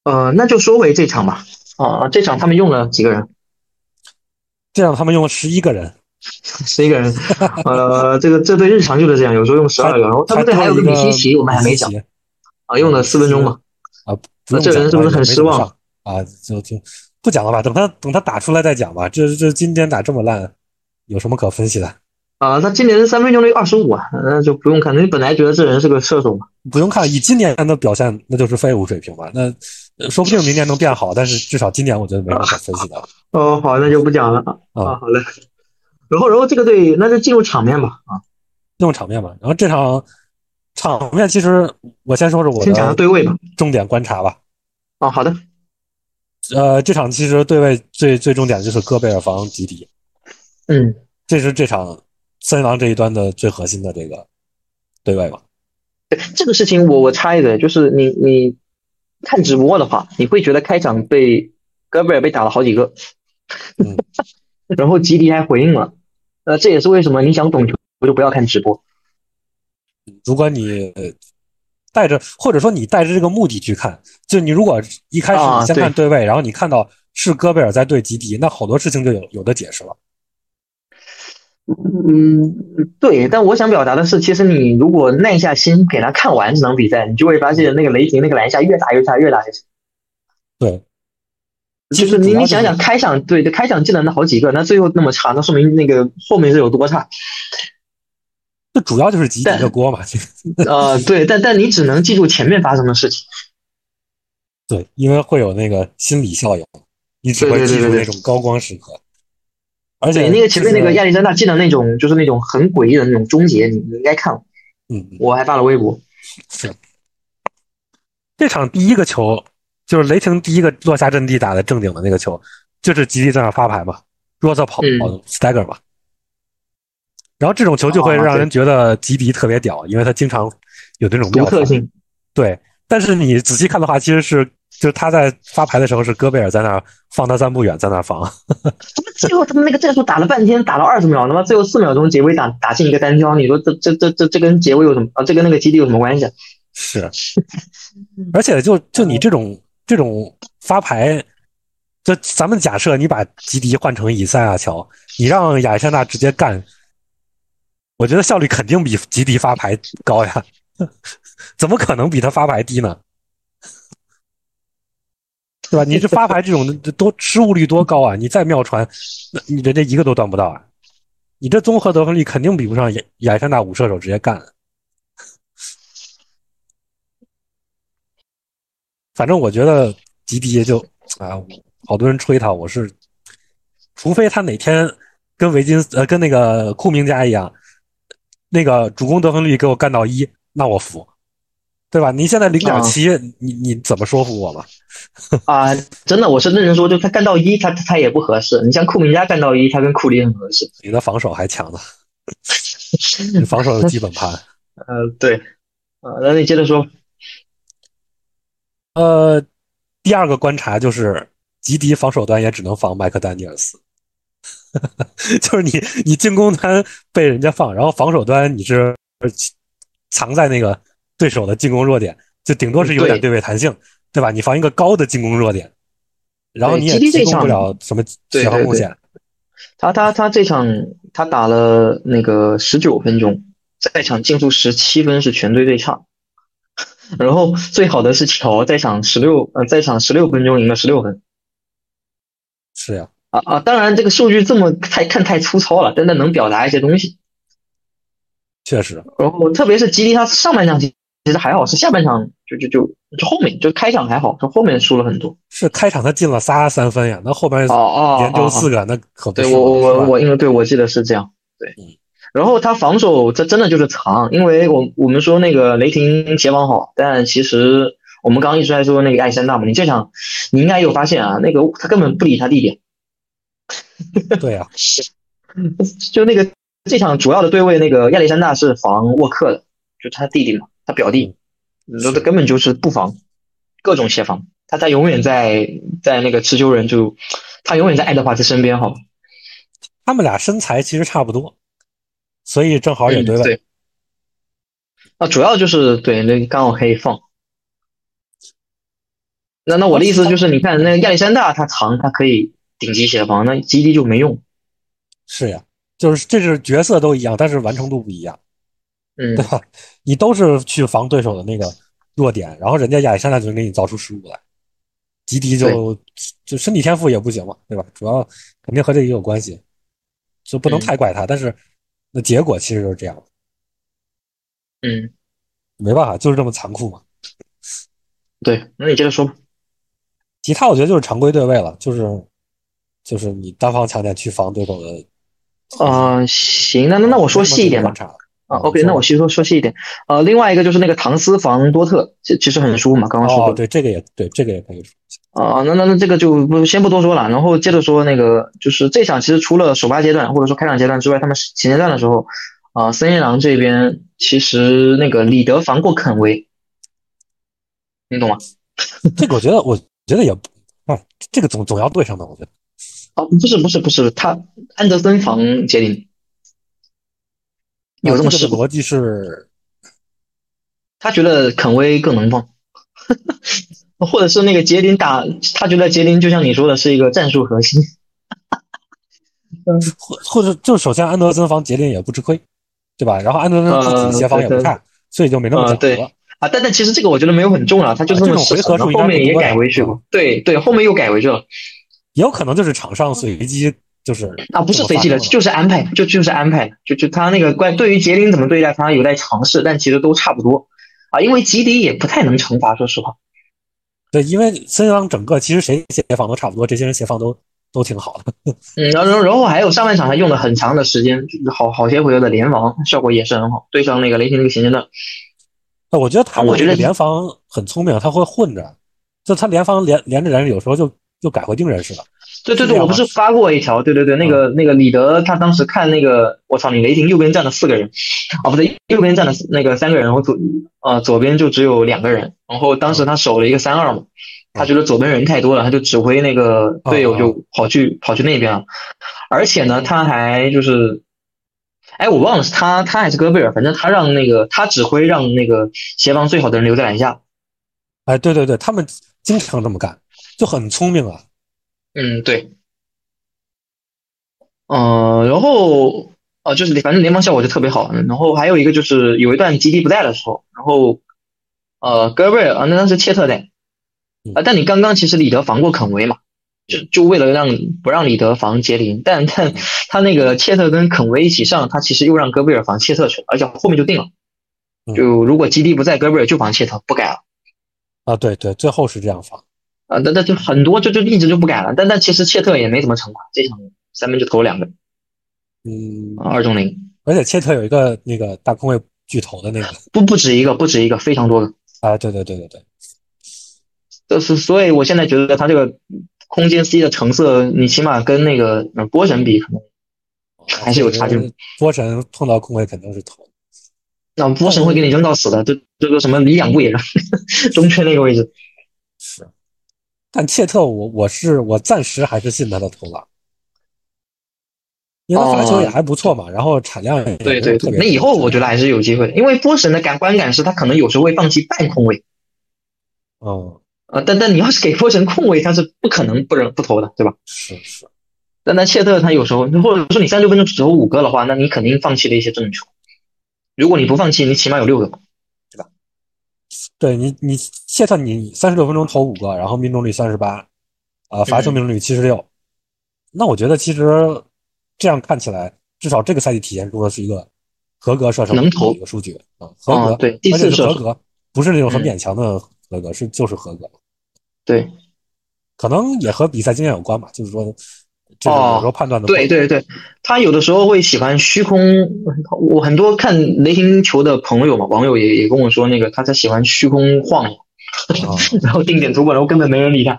呃，那就说回这场吧。啊、这场他们用了几个人？
这样他们用了十一个人，
十一个 人。呃，这个这队日常就是这样，有时候用十二个。然后哦他们队
多
还有
了一
米
个
西奇，我们还没讲
米西奇
啊，用了四分钟嘛。
啊，不用
这个
讲
人是不是
了
很
也没
失望
怎么上啊？就就不讲了吧，等他等他打出来再讲吧。这这今天打这么烂，有什么可分析的？
啊，他今年三分球率二十五啊，那就不用看。你本来觉得这人是个射手嘛，
不用看，以今年的表现，那就是废物水平吧。那呃说不定明年能变好，但是至少今年我觉得没什么可分析的了。
哦，好，那就不讲了啊。
啊
啊，好嘞。然后，然后这个队，那就进入场面吧。啊，
那种场面吧。然后这场场面，其实我先说说我
先讲下
的
对位吧。
重点观察吧。
哦，好的。
呃，这场其实对位最最重点就是戈贝尔防吉迪，
嗯
这是这场森林狼这一端的最核心的这个对位吧。
这个事情我我插一嘴，就是你你看直播的话，你会觉得开场被戈贝尔被打了好几个，
嗯
然后吉迪还回应了，呃，这也是为什么你想懂球就不要看直播。
如果你呃带着或者说你带着这个目的去看，就你如果一开始
啊
你先
对
看对位，然后你看到是戈贝尔在对吉迪，那好多事情就有有的解释了。
嗯，对。但我想表达的是，其实你如果耐下心给他看完这场比赛，你就会发现那个雷霆那个篮下越打越差，越打越差。
对，
就
其实
是你
主要
你想想，开场对对，开场技能的好几个，那最后那么差，那说明那个后面是有 多差。
这主要就是吉迪的锅嘛。这个
呃，对，但但你只能记住前面发生的事情。
对，因为会有那个心理效应，你只会
对对
记
对
住
对对
那种高光时刻。而且
对，那个前面那
就
个
是
亚历山大技能那种，就是那种很诡异的那种终结，你你应该看。
嗯，嗯
我还发了微博。
这场第一个球就是雷霆第一个落下阵地打的正经的那个球，就是吉迪在那发牌嘛，弱侧跑、
嗯
stagger 嘛。然后这种球就会
啊
让
对
人觉得吉迪特别屌，因为他经常有那种妙
独特
法
性。
对，但是你仔细看的话，其实是就是他在发牌的时候是戈贝尔在那儿放他三步远，在那儿防。
怎么最后他们那个战术打了半天，打了二十秒，他妈最后四秒钟结尾打打进一个单挑，你说这这这这这跟结尾有什么啊？这跟那个基地有什么关系啊？
是， 而且就就你这种这种发牌，就咱们假设你把吉迪换成以赛亚乔，你让亚历山大直接干，我觉得效率肯定比吉迪发牌高呀， 怎么可能比他发牌低呢？对吧？你这发牌这种这多失误率多高啊！你再妙传，那你人家一个都断不到啊！你这综合得分率肯定比不上亚亚历山大五射手直接干。反正我觉得吉迪也就啊，好多人吹他，我是，除非他哪天跟维金斯呃跟那个库明加一样，那个主攻得分率给我干到一，那我服，对吧？你现在零点七，你你怎么说服我嘛？
啊，真的，我是认真说，就他干到一，他他也不合适。你像库明加干到一，他跟库里很合适。
你的防守还强呢， 你防守有基本盘。
呃，对，呃，那你接着说。
呃，第二个观察就是，吉迪防守端也只能防麦克丹尼尔斯， 就是你你进攻端被人家放，然后防守端你是藏在那个对手的进攻弱点，就顶多是有点对位弹性，对吧？你防一个高的进攻弱点，然后你也提供不了什么血
对
红
对
贡
对
献。
他他他这场他打了那个十九分钟，在场进入十七分是全队最差， 然后最好的是乔在场十六呃在场十六分钟赢了十六分
是呀、
啊啊！当然这个数据这么太看太粗糙了，但它能表达一些东西。
确实，
然后特别是吉利，他上半场其实还好，是下半场就就就就后面就开场还好，就后面输了很多。
是开场他进了仨三分呀，那后边
哦哦，
连
哦
丢
哦
四个，那可不
对
是
我我
是
我
吧
我，因为对我记得是这样，对
嗯。
然后他防守这真的就是藏，因为我我们说那个雷霆协防好，但其实我们刚刚一直在说那个艾森纳姆，你这场你应该有发现啊，那个他根本不理他地点，
对呀、
就那个这场主要的对位那个亚历山大是防沃克的，就他弟弟嘛，他表弟，
嗯
你说他根本就是不防，各种协防，他在永远在在那个持球人就他永远在爱德华兹身边，好吧？
他们俩身材其实差不多，所以正好也
嗯
对位。
对。啊，主要就是对，那刚好可以放。那那我的意思就是，你看那亚历山大他长，他可以顶级协防，那基地就没用。
是呀、就是这是角色都一样，但是完成度不一样。
嗯，
你都是去防对手的那个弱点，然后人家亚历山大就能给你造出失误来，吉迪就就身体天赋也不行嘛，对吧？主要肯定和这个也有关系，就不能
嗯
太怪他。但是那结果其实就是这样，
嗯，
没办法，就是这么残酷嘛。
对。那你接着说吧。
其他我觉得就是常规对位了，就是就是你单方强点去防对手的。
啊、行，那那那我说细一点吧
观。察嗯
啊，OK，
说
那我细说说细一点。呃，另外一个就是那个唐斯防多特，其其实很舒服嘛，刚刚说
哦，
过。
对，这个也对，这个也可以说。
啊、那那那这个就不先不多说了，然后接着说那个，就是这场其实除了首发阶段或者说开场阶段之外，他们前阶段的时候，啊、森一郎这边其实那个里德防过肯威，你懂吗？
这个我觉得，我觉得也不，啊，这个总总要对上的，我觉得。
哦，不是不是不是，他安德森防杰林，有这么
这
试
个
过？
逻辑是
他觉得肯威更能放， 或者是那个杰林打，他觉得杰林就像你说的是一个战术核心。
或或者就是首先安德森防杰林也不吃亏，对吧？然后安德森自己协防也不差，所以就没那么讲
嗯
究了
对。啊，但但其实这个我觉得没有很重要，他就
啊
这
这
么
种
试
回
试
合
然
数应
后
该
后面
很
也
多
改
的
回去了
嗯。
对对，后面又改回去了
也有可能就是场上随机，就是
啊，不是随机的，
这么发生了
就是安排，就就是安排，就就他那个关对于杰林怎么对待他有待尝试，但其实都差不多啊，因为吉迪也不太能惩罚，说实话。
对，因为森林狼整个其实谁协防都差不多，这些人协防都都挺好的。
嗯，然后然后然后还有上半场还用了很长的时间，就是好好些回合的联防，效果也是很好，对上那个雷霆那个行星的，
呃我觉得他
啊我
们
觉
这个
得
联防很聪明，他会混着，就他联防连连着连着，有时候就就改回定人式了。
对
是这
对对，
样
我不是发过一条，对对对，那个、那个里德他当时看那个，我操，你雷霆右边站了四个人，啊不对，右边站了那个三个人，然后左呃左边就只有两个人，然后当时他守了一个三二嘛，他觉得左边人太多了，他就指挥那个队友就跑去跑去那边了，而且呢他还就是，哎我忘了是他他还是戈贝尔，反正他让那个他指挥让那个协防最好的人留在篮下，
哎，对对对，他们经常这么干，就很聪明啊。
嗯，对。嗯、然后呃，就是反正联防效果就特别好。然后还有一个就是有一段吉迪不在的时候，然后呃，戈贝尔啊，那那是切特带啊，但你刚刚其实里德防过肯维嘛，就就为了让不让里德防杰林，但但他那个切特跟肯维一起上，他其实又让戈贝尔防切特去了，而且后面就定了，
嗯
就如果吉迪不在，戈贝尔就防切特，不改了。
啊，对对，最后是这样防。
啊，那那就很多就就一直就不改了，但但其实切特也没怎么惩罚，这场三分就投了两个，
嗯，
啊二中零，
而且切特有一个那个大空位巨头的那个，
不不止一个，不止一个，非常多个。
啊，对对对对对，
就是所以，我现在觉得他这个空间 C 的成色，你起码跟那个呃波神比，可能还是有差距。
波神碰到空位肯定是投，
那波神会给你扔到死的，这这个什么里两步也扔， 中圈那个位置。
是。但切特我，我是我暂时还是信他的投篮，因为他罚球也还不错嘛，然后产量也
哦对
不是
对
特
对，
别
那以后我觉得还是有机会，因为波神的感观感是他可能有时候会放弃半空位，
哦，
呃，但但你要是给波神控卫，他是不可能不人不投的，对吧？
是是，
但但切特他有时候，或者说你三六分钟只投五个的话，那你肯定放弃了一些正球。如果你不放弃，你起码有六个吧。
对你你切特你三十六分钟投五个，然后命中率三十八，啊，罚
嗯
球命中率七十六，那我觉得其实这样看起来，至少这个赛季体现出的是一个合格射手
能投
的一个数据啊，合格、
啊对第
而且
四
是
射
合
手
格，不是那种很
嗯
勉强的合格，是就是合格。嗯
对
可能也和比赛经验有关吧，就是说，这个
哦
有时候判断的不
对对对，他有的时候会喜欢虚空。我很多看雷霆球的朋友嘛，网友也也跟我说，那个他才喜欢虚空晃悠，
啊，
然后定点突破，然后根本没人理他。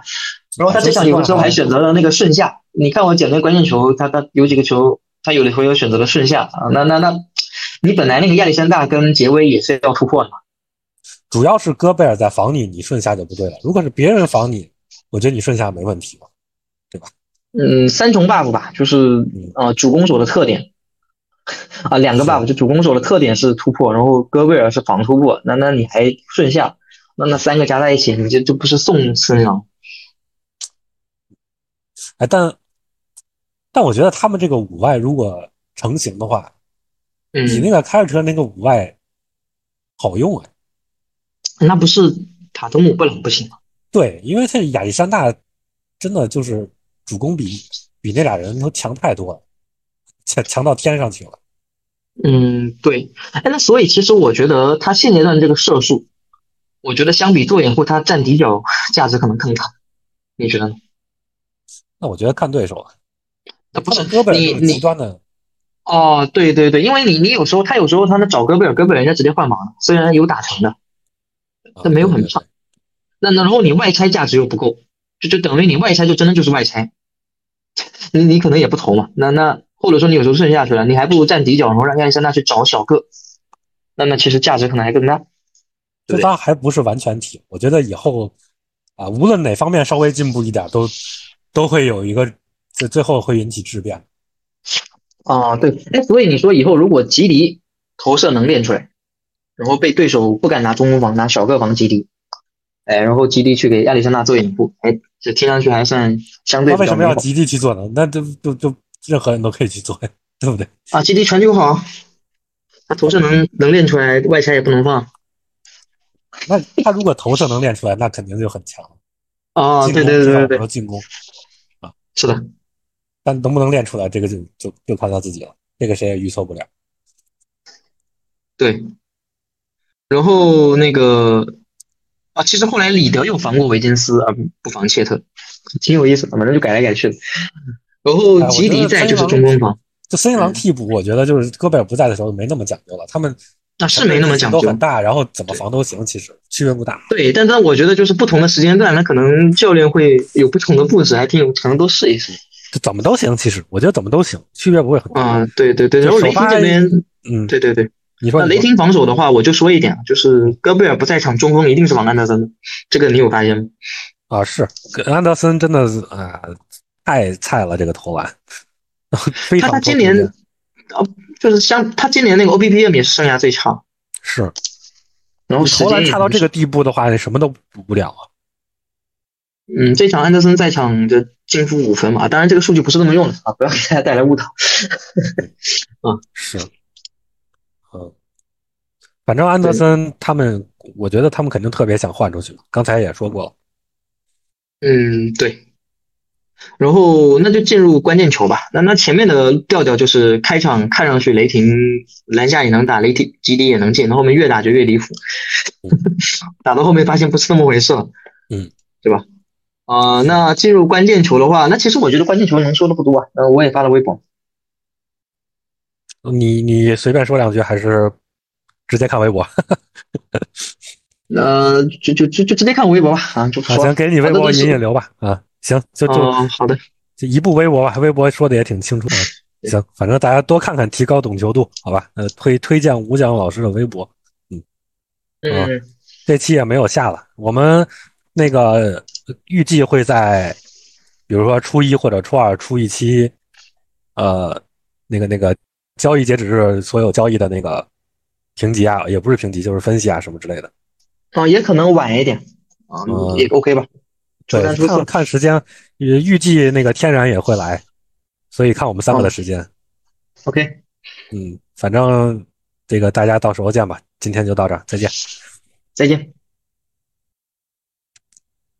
然后他这场有的时候还选择了那个顺下，你看我捡的关键球，他他有几个球，他有的球又选择了顺下啊，那那那，你本来那个亚历山大跟杰威也是要突破的嘛，
主要是戈贝尔在防你，你顺下就不对了。如果是别人防你，我觉得你顺下没问题嘛。
嗯，三重 buff 吧，就是呃主攻手的特点。啊，两个
是
buff 就主攻手的特点是突破，然后戈贝尔是防突破，那那你还顺下，那那三个加在一起，你这就不是送孙杨，
哎，但但我觉得他们这个五外如果成型的话，
嗯，
你那个开着车那个五外好用啊。
那不是塔图姆布朗不行啊吗？
对，因为这亚历山大真的就是主攻比比那俩人都强太多了，强强到天上去了。
嗯，对，哎，那所以其实我觉得他现阶段这个射术，我觉得相比做掩护，他站底角价值可能更大，你觉得呢？
那我觉得看对手啊，
那不是
看到戈贝尔
你
就是极
你
端的，
哦，对对对，因为你你有时候他有时候他能找戈贝尔，戈贝尔人家直接换防了，虽然有打成的，
啊
但没有很
对对对
差那那然后你外拆价值又不够，就就等于你外拆就真的就是外拆，你你可能也不投嘛，那那或者说你有时候顺下去了，你还不如站底角，然后让亚历山大去找小个，那那其实价值可能还更大。
就
对不对
它还不是完全体。我觉得以后啊，无论哪方面稍微进步一点，都都会有一个，最最后会引起质变。
啊，对，哎，所以你说以后如果吉迪投射能练出来，然后被对手不敢拿中锋防，拿小个防吉迪，哎，然后吉迪去给亚历山大做掩护，哎，这听上去还算相
那
对
为
比较
什么要
灵活
极地去做呢？那就就就任何人都可以去做，对不对？
啊。吉迪传球好，他投射能能练出来，外拆也不能放
那他如果投射能练出来，那肯定就很强。
啊。
进
对
攻
对
至
对
少
对
我
对，
说进攻，
是的，
但能不能练出来，这个就就就看他自己了，这个谁也预测不了。
对。然后那个啊，其实后来里德又防过维金斯啊，不防切特，挺有意思的，反正就改来改去的。然后
哎我
吉
觉
迪
得
在
森
就是
林
中
狼
锋防。
就森
嗯
林狼替补，我觉得就是戈贝尔不在的时候没那么讲究了，他们
啊，是没那么讲
都
究
很，大，然后怎么防都行，其实区别不大。
对，但但我觉得就是不同的时间段，那可能教练会有不同的布置，还挺有可能都试一试。
就怎么都行，其实我觉得怎么都行，区别不会很大。
啊，对对对，
就
然后雷
首
霆
发
这边，
嗯，
对对对，
你说
那
你
雷
说
霆防守的话，我就说一点啊，就是戈贝尔不在场，中锋一定是防安德森的，这个你有发现吗？
啊，是跟安德森真的是啊、太菜了，这个投篮 非
他
常
他
投
今
不
年
进
啊，就是像他今年那个 OBPM 也是生涯最差，
是
然后时
投
间
篮
也
差到
不
这
是，
个地步的话，你什么都补不了啊。
嗯，这场安德森在场的进负五分嘛，当然这个数据不是这么用的啊，不要给大家带来误导。
是，嗯，反正安德森他们，我觉得他们肯定特别想换出去。刚才也说过了，
嗯，对。然后那就进入关键球吧。那那前面的调调就是开场看上去雷霆篮下也能打，雷霆基地也能进，然后后面越打就越离谱， 打到后面发现不是那么回事了，
嗯，
对吧？啊、那进入关键球的话，那其实我觉得关键球能说的不多啊。呃，我也发了微博，
你你随便说两句，还是直接看微 博？
呃，就就就就直接看微博吧，啊，就不
啊，
说
行，
了。
给你微
反正
博
都是
引引流吧。啊，行，就啊就
嗯、好的，
就一部微博吧，微博说的也挺清楚 的。行，反正大家多看看，提高懂球度，好吧？呃，推推荐吴江老师的微博，
嗯，
这期也没有下了。我们那个呃预计会在，比如说初一或者初二出一期，呃，那个那个交易截止日所有交易的那个评级啊，也不是评级，就是分析啊什么之类的。
啊，也可能晚一点，啊
嗯，
也 OK 吧。
对
出战，出
看
色，
看时间，也预计那个天然也会来，所以看我们三个的时间。
OK，
嗯，反正这个大家到时候见吧。今天就到这儿，再见。
再见。